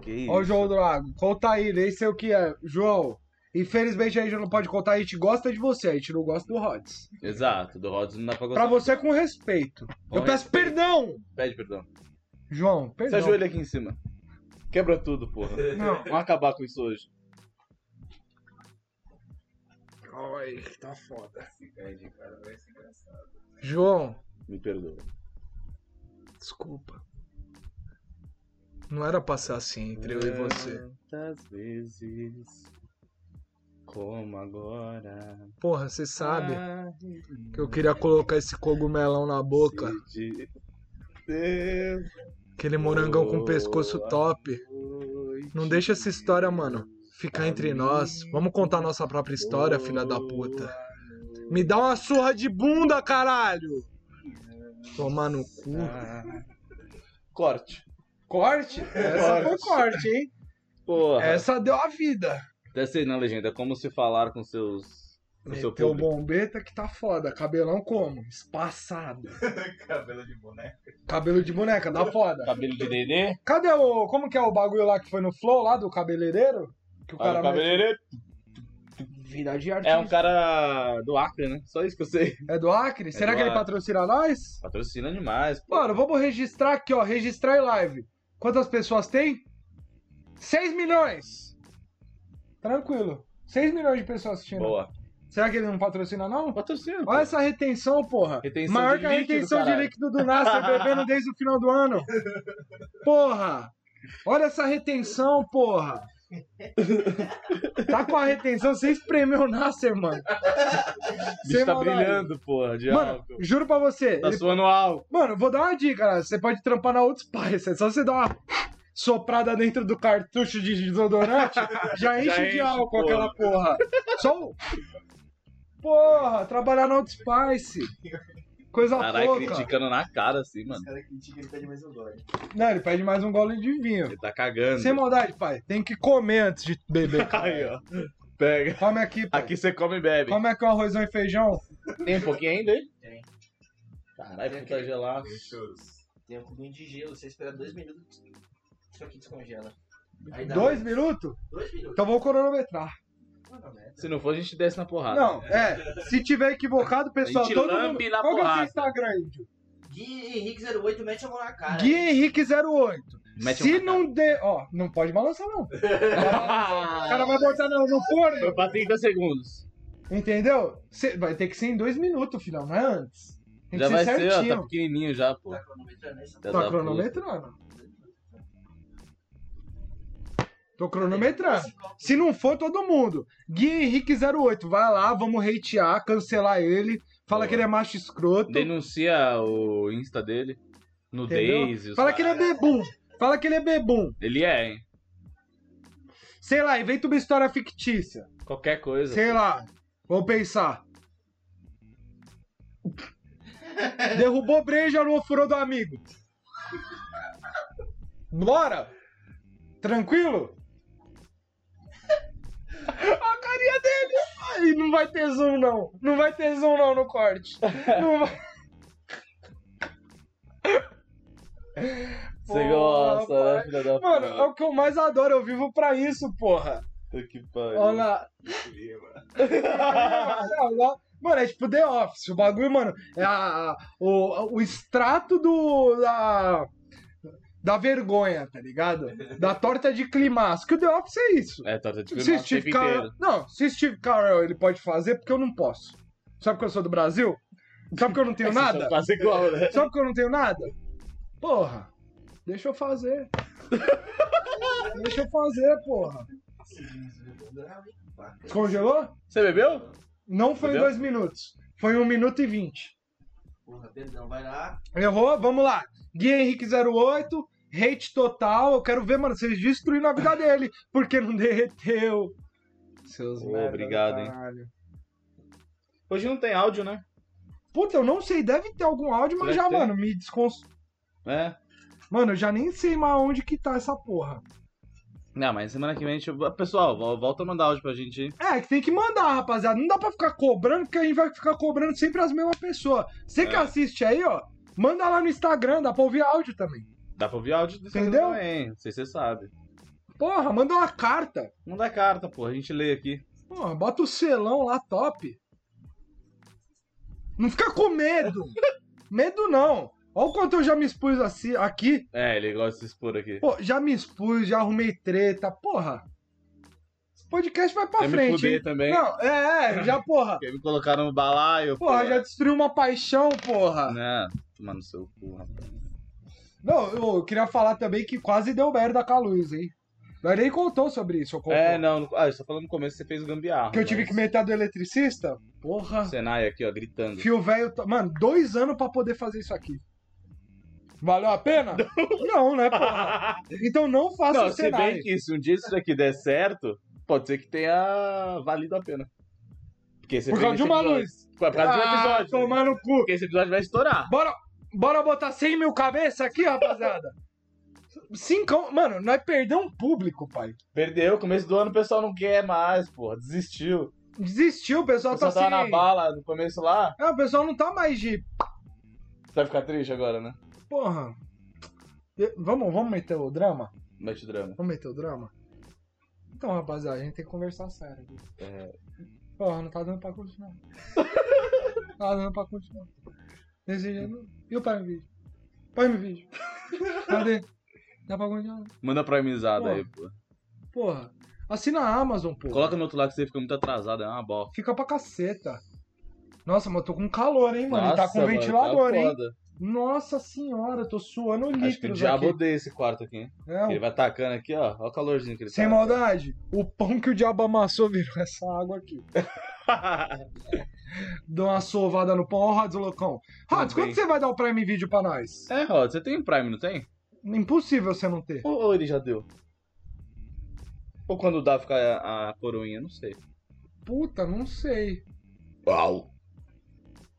[SPEAKER 2] Que isso.
[SPEAKER 1] Ó o João do Lago. Conta aí, nem sei o que é. João, infelizmente a gente não pode contar, a gente gosta de você, a gente não gosta do Rods.
[SPEAKER 2] Exato, do Rods não dá pra gostar.
[SPEAKER 1] Pra você é com respeito.
[SPEAKER 2] Com
[SPEAKER 1] Eu peço
[SPEAKER 2] respeito.
[SPEAKER 1] perdão!
[SPEAKER 2] Pede perdão.
[SPEAKER 1] João,
[SPEAKER 2] Se
[SPEAKER 1] perdão.
[SPEAKER 2] ajoelha aqui em cima. Quebra tudo, porra.
[SPEAKER 1] Não.
[SPEAKER 2] Vamos acabar com isso hoje.
[SPEAKER 1] Ai, tá foda.
[SPEAKER 3] Entendi, cara, vai ser engraçado.
[SPEAKER 1] João,
[SPEAKER 2] Me perdoa.
[SPEAKER 1] desculpa. Não era pra ser assim entre eu e você.
[SPEAKER 2] Tantas vezes. Como agora.
[SPEAKER 1] Porra, você sabe
[SPEAKER 2] Ai,
[SPEAKER 1] que eu queria colocar esse cogumelão na boca.
[SPEAKER 2] se de-
[SPEAKER 1] Aquele morangão com pescoço
[SPEAKER 2] Boa.
[SPEAKER 1] top. Não deixa essa história, mano, ficar entre nós. Vamos contar nossa própria história, filha da puta. Me dá uma surra de bunda, caralho! Tomar no cu.
[SPEAKER 2] Ah. Corte.
[SPEAKER 1] Corte? Essa foi corte, hein?
[SPEAKER 2] Porra.
[SPEAKER 1] Essa deu a vida.
[SPEAKER 2] Deve ser na legenda. Como se falar com seus pro seu
[SPEAKER 1] Meteu
[SPEAKER 2] público.
[SPEAKER 1] bombeta que tá foda. Cabelão como? Espaçado.
[SPEAKER 3] Cabelo de boneco.
[SPEAKER 1] Cabelo de boneca, dá foda.
[SPEAKER 2] Cabelo de Dedê.
[SPEAKER 1] Cadê o. Como que é o bagulho lá que foi no Flow, lá do cabeleireiro? Que o
[SPEAKER 2] Olha
[SPEAKER 1] cara.
[SPEAKER 2] o cabeleireiro.
[SPEAKER 1] mete- Vida de artista.
[SPEAKER 2] É um cara do Acre, né? Só isso que eu sei.
[SPEAKER 1] É do Acre? Será
[SPEAKER 2] do
[SPEAKER 1] que ele
[SPEAKER 2] Acre.
[SPEAKER 1] patrocina nós?
[SPEAKER 2] Patrocina demais. pô.
[SPEAKER 1] Mano, vamos registrar aqui, ó. Registrar em live. Quantas pessoas tem? 6 milhões. Tranquilo. 6 milhões de pessoas assistindo.
[SPEAKER 2] Boa.
[SPEAKER 1] Será que ele não patrocina, não?
[SPEAKER 2] Patrocina.
[SPEAKER 1] Olha essa retenção, porra.
[SPEAKER 2] Retenção
[SPEAKER 1] Maior
[SPEAKER 2] de
[SPEAKER 1] que a
[SPEAKER 2] líquido,
[SPEAKER 1] retenção de
[SPEAKER 2] caralho.
[SPEAKER 1] líquido do Nasser bebendo desde o final do ano. Porra! Olha essa retenção, porra! Tá com a retenção, você espremeu o Nasser, mano.
[SPEAKER 2] O bicho
[SPEAKER 1] Sem
[SPEAKER 2] tá
[SPEAKER 1] maldade.
[SPEAKER 2] brilhando, porra, de
[SPEAKER 1] Mano,
[SPEAKER 2] álcool.
[SPEAKER 1] juro pra você.
[SPEAKER 2] Tá
[SPEAKER 1] ele-
[SPEAKER 2] suando álcool.
[SPEAKER 1] Mano, vou dar uma dica, cara. Você pode trampar na outros pais. É só você dar uma soprada dentro do cartucho de desodorante, já enche de
[SPEAKER 2] enche,
[SPEAKER 1] álcool
[SPEAKER 2] porra.
[SPEAKER 1] aquela porra. Só o. Porra, trabalhar na outros pais. Coisa
[SPEAKER 2] Caralho,
[SPEAKER 1] pouca.
[SPEAKER 2] criticando na cara, assim, mano.
[SPEAKER 3] Os caras criticam ele pede mais um dólar.
[SPEAKER 1] Não, ele pede mais um gole de vinho.
[SPEAKER 2] Ele tá cagando.
[SPEAKER 1] Sem maldade, pai. Tem que comer antes de beber.
[SPEAKER 2] Aí, ó. Pega.
[SPEAKER 1] Come aqui, pai.
[SPEAKER 2] Aqui você come e bebe.
[SPEAKER 1] Come aqui um arrozão e feijão.
[SPEAKER 2] Tem um pouquinho ainda aí?
[SPEAKER 4] Tem.
[SPEAKER 2] Caralho,
[SPEAKER 4] Tem
[SPEAKER 2] puta
[SPEAKER 4] aquele-
[SPEAKER 2] gelado.
[SPEAKER 3] Fechou-se.
[SPEAKER 4] Tem um cubinho de gelo, você espera dois minutos, isso aqui descongela. Aí dá
[SPEAKER 1] Dois minutos?
[SPEAKER 4] Dois minutos.
[SPEAKER 1] Então vou cronometrar.
[SPEAKER 4] Puta merda.
[SPEAKER 2] Se não for, a gente desce na porrada.
[SPEAKER 1] Não, é. Se tiver equivocado, pessoal,
[SPEAKER 2] Ah, A gente
[SPEAKER 1] todo mundo.
[SPEAKER 2] lambe na
[SPEAKER 1] Qual que é o seu
[SPEAKER 2] porrada.
[SPEAKER 1] Instagram, Índio?
[SPEAKER 4] Gui Henrique 08 mete a mão na cara.
[SPEAKER 1] Gui Henrique 08.
[SPEAKER 2] Mete um
[SPEAKER 1] Se
[SPEAKER 2] uma cara.
[SPEAKER 1] não der. Ó, não pode balançar, não. O cara vai botar no, no forno.
[SPEAKER 2] Foi pra 30 segundos.
[SPEAKER 1] Entendeu? Cê- vai ter que ser em dois minutos, filhão, não é antes. Tem
[SPEAKER 2] Já
[SPEAKER 1] que ser
[SPEAKER 2] vai ser, ó,
[SPEAKER 1] certinho.
[SPEAKER 2] tá pequenininho já, pô.
[SPEAKER 4] Tá cronometrando essa
[SPEAKER 2] Tá
[SPEAKER 1] Tá
[SPEAKER 2] da puta.
[SPEAKER 1] cronometrando. Tô cronometrando. Se não for, todo mundo. Gui Henrique 08, vai lá, vamos hatear, cancelar ele. Fala
[SPEAKER 2] Boa.
[SPEAKER 1] que ele é macho escroto.
[SPEAKER 2] Denuncia o Insta dele. No
[SPEAKER 1] Entendeu?
[SPEAKER 2] Daisy.
[SPEAKER 1] Fala que ele é bebum. Fala que ele é bebum.
[SPEAKER 2] Ele é, hein?
[SPEAKER 1] Sei lá, inventa uma história fictícia.
[SPEAKER 2] Qualquer coisa.
[SPEAKER 1] Sei lá, vou pensar. Derrubou breja no ofurô do amigo. Bora! Tranquilo? A carinha dele! Ai, não vai ter zoom, não. Não vai ter zoom, não, no corte. Não vai...
[SPEAKER 2] Você
[SPEAKER 1] Porra,
[SPEAKER 2] gosta, né,
[SPEAKER 1] rapaz.
[SPEAKER 2] filha da
[SPEAKER 1] Mano, é o que eu mais adoro. Eu vivo pra isso, porra.
[SPEAKER 2] puta que pariu.
[SPEAKER 1] Olha lá,
[SPEAKER 3] Clima.
[SPEAKER 1] Não, não. Mano, é tipo The Office. O bagulho, mano, é a- a- o, o extrato do. Da, da vergonha, tá ligado? Da torta de climaço. Que o The Office é isso.
[SPEAKER 2] É, tá, tá tipo,
[SPEAKER 1] Se
[SPEAKER 2] nosso tempo
[SPEAKER 1] Steve Carell.
[SPEAKER 2] inteiro.
[SPEAKER 1] Não, se Steve Carell ele pode fazer, porque eu não posso. Sabe porque eu sou do Brasil? Sabe porque eu não tenho nada?
[SPEAKER 2] Quase igual, né?
[SPEAKER 1] Sabe porque eu não tenho nada? Porra, deixa eu fazer. Deixa eu fazer, porra.
[SPEAKER 3] Tá.
[SPEAKER 1] Descongelou?
[SPEAKER 2] Você bebeu?
[SPEAKER 1] Não foi em
[SPEAKER 2] Entendeu?
[SPEAKER 1] dois minutos. Foi um minuto e vinte.
[SPEAKER 4] Porra, perdão, vai lá.
[SPEAKER 1] Errou? Vamos lá. Gui Henrique 08, hate total. Eu quero ver, mano, vocês destruindo a vida dele. Porque não derreteu. Seus
[SPEAKER 2] Ô,
[SPEAKER 1] merda do
[SPEAKER 2] obrigado, hein.
[SPEAKER 1] caralho.
[SPEAKER 2] Hoje não tem áudio, né?
[SPEAKER 1] Puta, eu não sei, deve ter algum áudio, mas
[SPEAKER 2] Deve
[SPEAKER 1] já,
[SPEAKER 2] ter.
[SPEAKER 1] mano, me desconst...
[SPEAKER 2] É.
[SPEAKER 1] Mano, eu já nem sei mais onde que tá essa porra.
[SPEAKER 2] Não, mas semana que vem a gente... Pessoal, vol- volta a mandar áudio pra gente, hein?
[SPEAKER 1] É, que tem que mandar, rapaziada. Não dá pra ficar cobrando, porque a gente vai ficar cobrando sempre as mesmas pessoas. Você que
[SPEAKER 2] É.
[SPEAKER 1] assiste aí, ó, manda lá no Instagram, dá pra ouvir áudio também.
[SPEAKER 2] Dá pra ouvir áudio do Instagram
[SPEAKER 1] Entendeu?
[SPEAKER 2] também, não sei se você sabe.
[SPEAKER 1] Porra, manda uma carta.
[SPEAKER 2] Não dá carta, pô, a gente lê aqui.
[SPEAKER 1] Porra, bota o selão lá top. Não fica com medo. medo não. Olha o quanto eu já me expus assim, aqui.
[SPEAKER 2] É, ele gosta de se expor aqui.
[SPEAKER 1] Pô, já me expus, já arrumei treta. Porra. Esse podcast vai pra
[SPEAKER 2] Quer me
[SPEAKER 1] frente.
[SPEAKER 2] fuder
[SPEAKER 1] hein?
[SPEAKER 2] também.
[SPEAKER 1] Não, é, é, já, porra.
[SPEAKER 2] Quer me colocar no balaio,
[SPEAKER 1] Porra, já destruiu uma paixão, porra.
[SPEAKER 2] Não, tomar no seu cu, rapaz.
[SPEAKER 1] Não, eu, eu queria falar também que quase deu merda com a luz, hein? Nós nem contou sobre isso, eu contou.
[SPEAKER 2] É, não. Ah, eu só falando no começo que você fez gambiarra.
[SPEAKER 1] que eu tive
[SPEAKER 2] mas-
[SPEAKER 1] que meter a do eletricista? Porra.
[SPEAKER 2] Senai aqui, ó, gritando.
[SPEAKER 1] Fio velho. to- Mano, dois anos pra poder fazer isso aqui. Valeu a pena? não, né, porra? Então não faça
[SPEAKER 2] Não,
[SPEAKER 1] o
[SPEAKER 2] se
[SPEAKER 1] Senai.
[SPEAKER 2] bem que se um dia isso daqui der certo, pode ser que tenha valido a pena. Porque você
[SPEAKER 1] Por
[SPEAKER 2] fez
[SPEAKER 1] causa de
[SPEAKER 2] esse
[SPEAKER 1] uma
[SPEAKER 2] episódio-
[SPEAKER 1] luz.
[SPEAKER 2] Por causa de um
[SPEAKER 1] Ah,
[SPEAKER 2] episódio.
[SPEAKER 1] tomar no cu.
[SPEAKER 2] Porque esse episódio vai estourar.
[SPEAKER 1] Bora, bora botar 100 mil cabeças aqui, rapaziada. Cinco. Mano, nós perdemos um público, pai.
[SPEAKER 2] Perdeu, começo do ano o pessoal não quer mais, porra, desistiu.
[SPEAKER 1] desistiu, o pessoal
[SPEAKER 2] Você só
[SPEAKER 1] tá
[SPEAKER 2] tava
[SPEAKER 1] sem.
[SPEAKER 2] na bala no começo lá.
[SPEAKER 1] É, o pessoal não tá mais de.
[SPEAKER 2] Você vai ficar triste agora, né?
[SPEAKER 1] Porra. Eu- Vamos, vamos meter o drama?
[SPEAKER 2] Mete o drama.
[SPEAKER 1] Vamos meter o drama? Então, rapaziada, a gente tem que conversar sério. aqui.
[SPEAKER 2] É.
[SPEAKER 1] Porra, não tá dando pra continuar. não tá dando pra continuar. Desse jeito não. E o Prime Video? Prime Video. Cadê? Dá pra continuar?
[SPEAKER 2] Manda pra amizade
[SPEAKER 1] Porra.
[SPEAKER 2] aí, pô.
[SPEAKER 1] Porra. Assina a Amazon, pô.
[SPEAKER 2] Coloca no outro lado que você fica muito atrasado, é uma bosta.
[SPEAKER 1] Fica pra caceta. Nossa, mas eu tô com calor, hein, mano. E tá com
[SPEAKER 2] mano,
[SPEAKER 1] ventilador,
[SPEAKER 2] tá
[SPEAKER 1] hein.
[SPEAKER 2] foda.
[SPEAKER 1] Nossa senhora, eu tô suando
[SPEAKER 2] Acho que o
[SPEAKER 1] litros
[SPEAKER 2] diabo
[SPEAKER 1] aqui.
[SPEAKER 2] odeia esse quarto aqui, hein?
[SPEAKER 1] É,
[SPEAKER 2] Ele vai atacando aqui, ó. Olha o calorzinho que ele
[SPEAKER 1] sem
[SPEAKER 2] tá.
[SPEAKER 1] maldade, o pão que o diabo amassou virou essa água aqui. Dou uma sovada no pão. Ó, Rods, loucão. Rods,
[SPEAKER 2] Tudo
[SPEAKER 1] quando
[SPEAKER 2] bem.
[SPEAKER 1] você vai dar o Prime Video pra nós?
[SPEAKER 2] é, Rod, você tem Prime, não tem?
[SPEAKER 1] Impossível você não ter.
[SPEAKER 2] Ou, ou ele já deu? Ou quando dá fica a, a coroinha, não sei.
[SPEAKER 1] Puta, não sei.
[SPEAKER 2] Uau!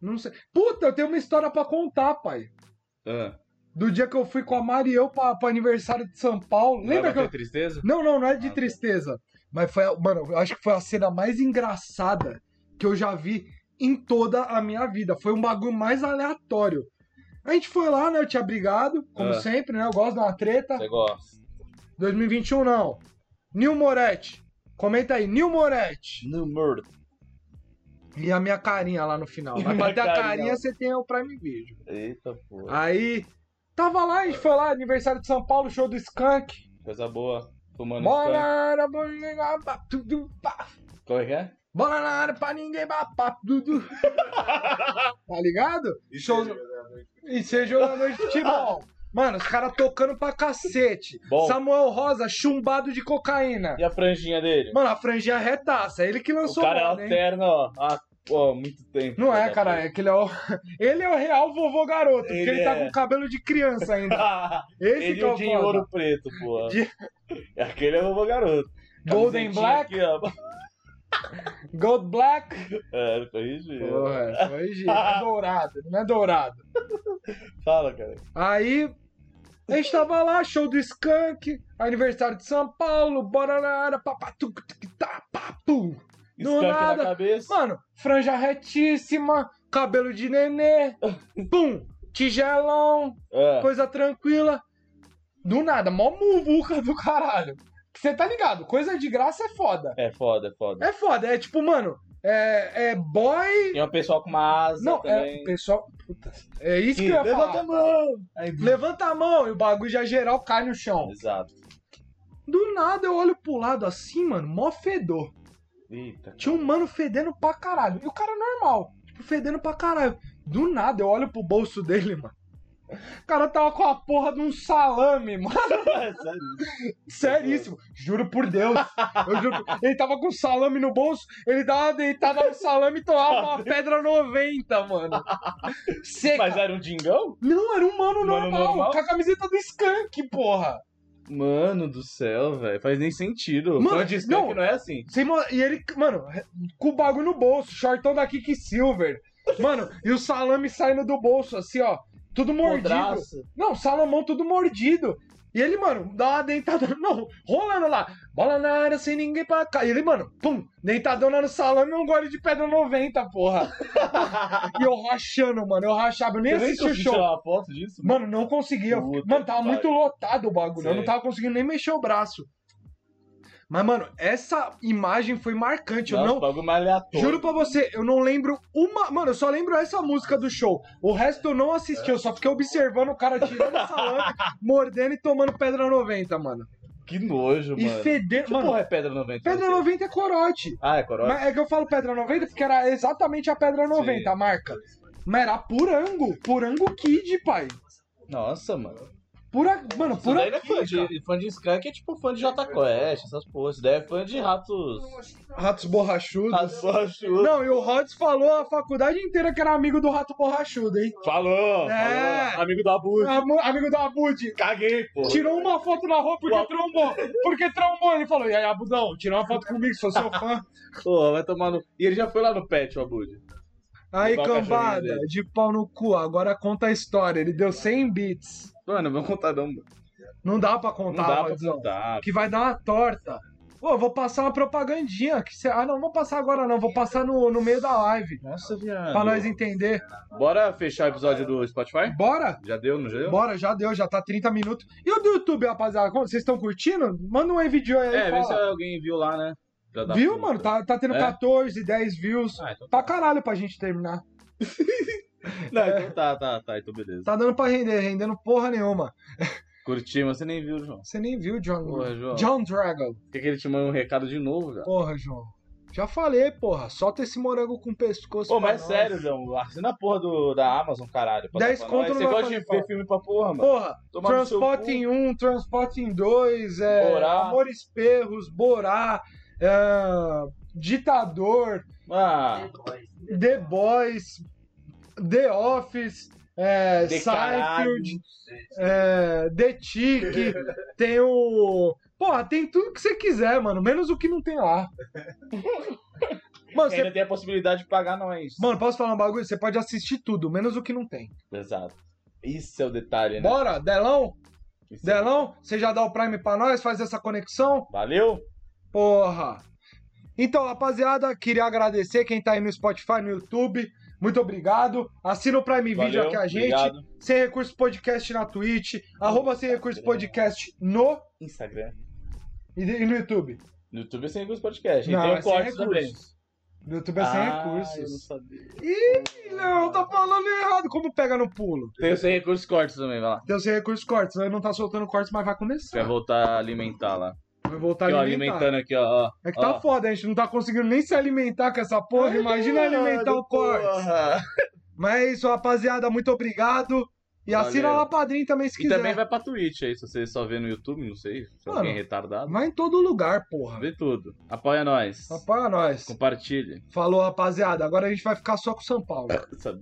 [SPEAKER 1] Não sei. Puta, eu tenho uma história pra contar, pai.
[SPEAKER 2] Ah.
[SPEAKER 1] Do dia que eu fui com a Mari e eu pra, pro aniversário de São Paulo. Lembra que eu...
[SPEAKER 2] tristeza?
[SPEAKER 1] Não, não, não é de
[SPEAKER 2] Ah, tá.
[SPEAKER 1] tristeza. Mas foi, a- mano, eu acho que foi a cena mais engraçada que eu já vi em toda a minha vida. Foi um bagulho mais aleatório. A gente foi lá, né? Eu tinha brigado, como
[SPEAKER 2] Ah.
[SPEAKER 1] sempre, né? Eu gosto de uma treta.
[SPEAKER 2] Você gosta.
[SPEAKER 1] 2021 não. Nil Moretti. Comenta aí, Nil Moretti.
[SPEAKER 2] No Murder.
[SPEAKER 1] E a minha carinha lá no final.
[SPEAKER 2] E
[SPEAKER 1] Mas
[SPEAKER 2] minha
[SPEAKER 1] pra ter a
[SPEAKER 2] carinha.
[SPEAKER 1] carinha, você tem o Prime Video.
[SPEAKER 2] Eita
[SPEAKER 1] Ah.
[SPEAKER 2] porra.
[SPEAKER 1] Aí, tava lá, a gente foi lá, aniversário de São Paulo, show do Skank.
[SPEAKER 2] Coisa boa. Fumando
[SPEAKER 1] Bola na
[SPEAKER 2] skunk.
[SPEAKER 1] área, bola na área, pá, tu, tu, pá.
[SPEAKER 2] Como é que é?
[SPEAKER 1] Bola na área pra ninguém, pá, pá, tu, tu. Tá ligado? Show. E ser jogador de futebol. Mano, os caras tocando pra cacete.
[SPEAKER 2] Bom.
[SPEAKER 1] Samuel Rosa, chumbado de cocaína.
[SPEAKER 2] E a franjinha dele?
[SPEAKER 1] Mano, a franjinha retaça. é Ele que
[SPEAKER 2] O
[SPEAKER 1] lançou
[SPEAKER 2] cara é
[SPEAKER 1] moda, hein?
[SPEAKER 2] alterna, ó. Ah, pô, muito tempo.
[SPEAKER 1] Não é, cara, é que ele é o... ele é o real vovô garoto, porque
[SPEAKER 2] Ele
[SPEAKER 1] ele, tá
[SPEAKER 2] é.
[SPEAKER 1] com cabelo de criança ainda. é Esse
[SPEAKER 2] Ele
[SPEAKER 1] que
[SPEAKER 2] e
[SPEAKER 1] é
[SPEAKER 2] o
[SPEAKER 1] o
[SPEAKER 2] de
[SPEAKER 1] foda.
[SPEAKER 2] ouro preto, pô.
[SPEAKER 1] De-
[SPEAKER 2] Aquele é o meu garoto.
[SPEAKER 1] Golden
[SPEAKER 2] Camisetinha
[SPEAKER 1] Black,
[SPEAKER 2] Aqui, ó.
[SPEAKER 1] Gold Black.
[SPEAKER 2] É, foi ridículo.
[SPEAKER 1] Porra, foi giro, é dourado, não é dourado.
[SPEAKER 2] Fala, cara.
[SPEAKER 1] Aí a gente tava lá, show do Skank, aniversário de São Paulo, bora na área, papatu, tá, papu. Do
[SPEAKER 2] Skunk
[SPEAKER 1] nada.
[SPEAKER 2] na cabeça.
[SPEAKER 1] Mano, franja retíssima, cabelo de nenê, pum, tigelão,
[SPEAKER 2] É.
[SPEAKER 1] coisa tranquila. Do nada, mó muvuca do caralho. Você tá ligado, coisa de graça é foda.
[SPEAKER 2] É foda, é foda.
[SPEAKER 1] É foda, é tipo, mano, é, é boy.
[SPEAKER 2] Tem um pessoal com uma asa
[SPEAKER 1] Não, é
[SPEAKER 2] também.
[SPEAKER 1] o pessoal. Puta, é isso que,
[SPEAKER 2] Ih,
[SPEAKER 1] eu ia
[SPEAKER 2] levanta
[SPEAKER 1] falar.
[SPEAKER 2] a mão.
[SPEAKER 1] Levanta a mão e o bagulho já geral cai no chão.
[SPEAKER 2] Exato.
[SPEAKER 1] Do nada eu olho pro lado assim, mano, mó fedor.
[SPEAKER 2] Eita.
[SPEAKER 1] Tinha um mano fedendo pra caralho. E o cara normal, tipo, fedendo pra caralho. Do nada eu olho pro bolso dele, mano. O cara tava com a porra de um salame, mano.
[SPEAKER 2] Sério.
[SPEAKER 1] Seríssimo, juro por Deus. Eu juro por- Ele tava com salame no bolso, ele dava uma deitada no salame e tomava uma pedra 90, mano. Seca.
[SPEAKER 2] Mas era um dingão?
[SPEAKER 1] Não, era um mano,
[SPEAKER 2] Mano
[SPEAKER 1] normal,
[SPEAKER 2] normal?
[SPEAKER 1] com a camiseta do Skank, porra.
[SPEAKER 2] Mano do céu, velho. Faz nem sentido.
[SPEAKER 1] Mano,
[SPEAKER 2] Fã de Skunk
[SPEAKER 1] não.
[SPEAKER 2] não é assim.
[SPEAKER 1] Sem mo- E ele, mano, com o bagulho no bolso, shortão da Kiki Silver. Mano, e o salame saindo do bolso, assim, ó. Tudo mordido.
[SPEAKER 4] Mordido.
[SPEAKER 1] Não, Salomão tudo mordido. E ele, mano, dá uma deitada. Não, rolando lá. Bola na área sem ninguém pra cá. E ele, mano, pum, deitadona no salame e um gole de pedra 90, porra. e eu rachando, mano. Eu rachava, eu nem
[SPEAKER 2] Você nem
[SPEAKER 1] assisti o
[SPEAKER 2] conseguiu
[SPEAKER 1] show.
[SPEAKER 2] tirar uma foto disso?
[SPEAKER 1] Mano, não conseguia. Eu fiquei-
[SPEAKER 2] Puta
[SPEAKER 1] mano, tava
[SPEAKER 2] que
[SPEAKER 1] muito lotado o bagulho. Eu não
[SPEAKER 2] Sei.
[SPEAKER 1] tava conseguindo nem mexer o braço. Mas, mano, essa imagem foi marcante. eu
[SPEAKER 2] Nossa,
[SPEAKER 1] tipo, não.
[SPEAKER 2] bagulho mais aleatório.
[SPEAKER 1] Juro pra você, eu não lembro uma. Mano, eu só lembro essa música do show. O resto eu não assisti, eu só fiquei observando o cara tirando o salame, mordendo e tomando pedra 90, mano.
[SPEAKER 2] Que nojo,
[SPEAKER 1] E
[SPEAKER 2] mano.
[SPEAKER 1] fedendo.
[SPEAKER 2] Que porra
[SPEAKER 1] Mano,
[SPEAKER 2] é Pedra 90?
[SPEAKER 1] pedra 90 é corote.
[SPEAKER 2] Ah, é corote?
[SPEAKER 1] Mas é que eu falo pedra 90 porque era exatamente a pedra 90, a marca. Mas era purango. Purango Kid, pai.
[SPEAKER 2] Nossa, mano.
[SPEAKER 1] Pura, mano,
[SPEAKER 2] Isso
[SPEAKER 1] pura.
[SPEAKER 2] daí não é fã de, fã de Skunk, é tipo fã de Jota Quest, essas porras. Isso daí é fã de ratos...
[SPEAKER 1] Ratos borrachudos.
[SPEAKER 2] Ratos borrachudos.
[SPEAKER 1] Não, e o Rods falou a faculdade inteira que era amigo do rato borrachudo, hein?
[SPEAKER 2] Falou,
[SPEAKER 1] É. Tipo-
[SPEAKER 2] falou. Amigo do Abu.
[SPEAKER 1] Amo- Amigo do Abud.
[SPEAKER 2] Caguei, pô.
[SPEAKER 1] Tirou uma foto na rua porque trombou. Porque trombou. Ele falou: E aí, Abudão, tirou uma foto comigo, sou seu fã.
[SPEAKER 2] Pô, vai tomar no... E ele já foi lá no pet, o Abud.
[SPEAKER 1] Aí,
[SPEAKER 2] Igual a cachorrinha
[SPEAKER 1] cambada,
[SPEAKER 2] dele.
[SPEAKER 1] de pau no cu, agora conta a história. Ele deu 100 bits.
[SPEAKER 2] Mano, vamos contar não. Não
[SPEAKER 1] Não dá pra contar,
[SPEAKER 2] dá pra
[SPEAKER 1] Rodzão,
[SPEAKER 2] contar.
[SPEAKER 1] Que vai dar uma torta. Ô, eu vou passar uma propagandinha. Que cê... Ah, não, vou passar agora não. Vou passar no, no meio da live.
[SPEAKER 2] Nossa, viado.
[SPEAKER 1] Pra nós entender.
[SPEAKER 2] Bora fechar o episódio do Spotify?
[SPEAKER 1] Bora?
[SPEAKER 2] Já deu, não já deu?
[SPEAKER 1] Bora, já deu, já tá 30 minutos. E o do YouTube, rapaziada? como- Vocês estão curtindo? Manda um vídeo aí.
[SPEAKER 2] É, vê se
[SPEAKER 1] fala.
[SPEAKER 2] alguém viu lá, né? Filha da
[SPEAKER 1] Viu,
[SPEAKER 2] puta.
[SPEAKER 1] mano? Tá, tá tendo
[SPEAKER 2] É?
[SPEAKER 1] 14, 10 views.
[SPEAKER 2] Ah, então tá.
[SPEAKER 1] Pra caralho pra gente terminar.
[SPEAKER 2] Não, então tá, tá, tá, então beleza.
[SPEAKER 1] Tá dando pra render, rendendo porra nenhuma.
[SPEAKER 2] Curti, mas você nem viu, João.
[SPEAKER 1] Você nem viu, John.
[SPEAKER 2] Porra, João.
[SPEAKER 1] John Dragon.
[SPEAKER 2] Por que, que ele te manda um recado de novo, cara?
[SPEAKER 1] Porra, João. Já falei, porra. Solta esse morango com o pescoço.
[SPEAKER 2] Pô,
[SPEAKER 1] pra
[SPEAKER 2] mas é
[SPEAKER 1] nós.
[SPEAKER 2] sério, João. Assina a porra do, da Amazon, caralho. Passa
[SPEAKER 1] Dez
[SPEAKER 2] pra
[SPEAKER 1] conto
[SPEAKER 2] nós.
[SPEAKER 1] não
[SPEAKER 2] Você
[SPEAKER 1] vai
[SPEAKER 2] gosta de
[SPEAKER 1] fazer
[SPEAKER 2] ver
[SPEAKER 1] falta.
[SPEAKER 2] filme pra porra, mano.
[SPEAKER 1] Porra,
[SPEAKER 2] Tomar no seu
[SPEAKER 1] Transporte
[SPEAKER 2] cu.
[SPEAKER 1] em 1, Transporte em 2, é,
[SPEAKER 2] Borá.
[SPEAKER 1] Amores Perros, Borá, é, Ditador,
[SPEAKER 2] Ah,
[SPEAKER 1] The Boys, The Office, é,
[SPEAKER 2] de caralho.
[SPEAKER 1] Seinfeld, é, The Tick, tem o... Porra, tem tudo que você quiser, mano, menos o que não tem lá. Mano,
[SPEAKER 2] Ainda
[SPEAKER 1] você...
[SPEAKER 2] tem a possibilidade de pagar nós.
[SPEAKER 1] Mano, posso falar um bagulho? Você pode assistir tudo, menos o que não tem.
[SPEAKER 2] Exato. Isso é o detalhe, né?
[SPEAKER 1] Bora, Delão?
[SPEAKER 2] Isso é-
[SPEAKER 1] Delão, você já dá o Prime pra nós, faz essa conexão?
[SPEAKER 2] Valeu?
[SPEAKER 1] Porra! Então, rapaziada, queria agradecer quem tá aí no Spotify, no YouTube. Muito obrigado. Assina o Prime Video
[SPEAKER 2] Valeu,
[SPEAKER 1] aqui a gente.
[SPEAKER 2] Obrigado.
[SPEAKER 1] Sem Recursos Podcast na Twitch. Arroba Sem Recursos Podcast no...
[SPEAKER 2] Instagram.
[SPEAKER 1] E e no YouTube.
[SPEAKER 2] No YouTube é sem recursos podcast. E
[SPEAKER 1] Não,
[SPEAKER 2] tem
[SPEAKER 1] é
[SPEAKER 2] o
[SPEAKER 1] sem
[SPEAKER 2] corte também.
[SPEAKER 1] recursos. No YouTube é Sem
[SPEAKER 2] Ah, Eu não
[SPEAKER 1] Recursos.
[SPEAKER 2] sabia.
[SPEAKER 1] Ih, não, tá falando errado. Como pega no pulo?
[SPEAKER 2] Tem o sem recursos cortes também, vai lá.
[SPEAKER 1] Tem o Sem Recursos Cortes. Ele não tá soltando cortes, mas vai
[SPEAKER 2] Você vai
[SPEAKER 1] começar.
[SPEAKER 2] voltar a alimentar lá.
[SPEAKER 1] Vai voltar
[SPEAKER 2] Aqui,
[SPEAKER 1] a
[SPEAKER 2] ó,
[SPEAKER 1] alimentar.
[SPEAKER 2] alimentando aqui, ó. ó.
[SPEAKER 1] É que tá
[SPEAKER 2] Ó.
[SPEAKER 1] foda, a gente não tá conseguindo nem se alimentar com essa porra. Imagina alimentar o corte.
[SPEAKER 2] Porra.
[SPEAKER 1] Mas é isso, rapaziada. Muito obrigado. E
[SPEAKER 2] Valeu.
[SPEAKER 1] assina lá padrinho também se
[SPEAKER 2] E
[SPEAKER 1] quiser.
[SPEAKER 2] também vai pra Twitch aí, se você só vê no YouTube, não sei. Se
[SPEAKER 1] Mano.
[SPEAKER 2] alguém é retardado.
[SPEAKER 1] Vai em todo lugar, porra.
[SPEAKER 2] Vê tudo. Apoia nós.
[SPEAKER 1] Apoia nós.
[SPEAKER 2] Compartilhe.
[SPEAKER 1] Falou, rapaziada. Agora a gente vai ficar só com o São Paulo.
[SPEAKER 2] Sabe?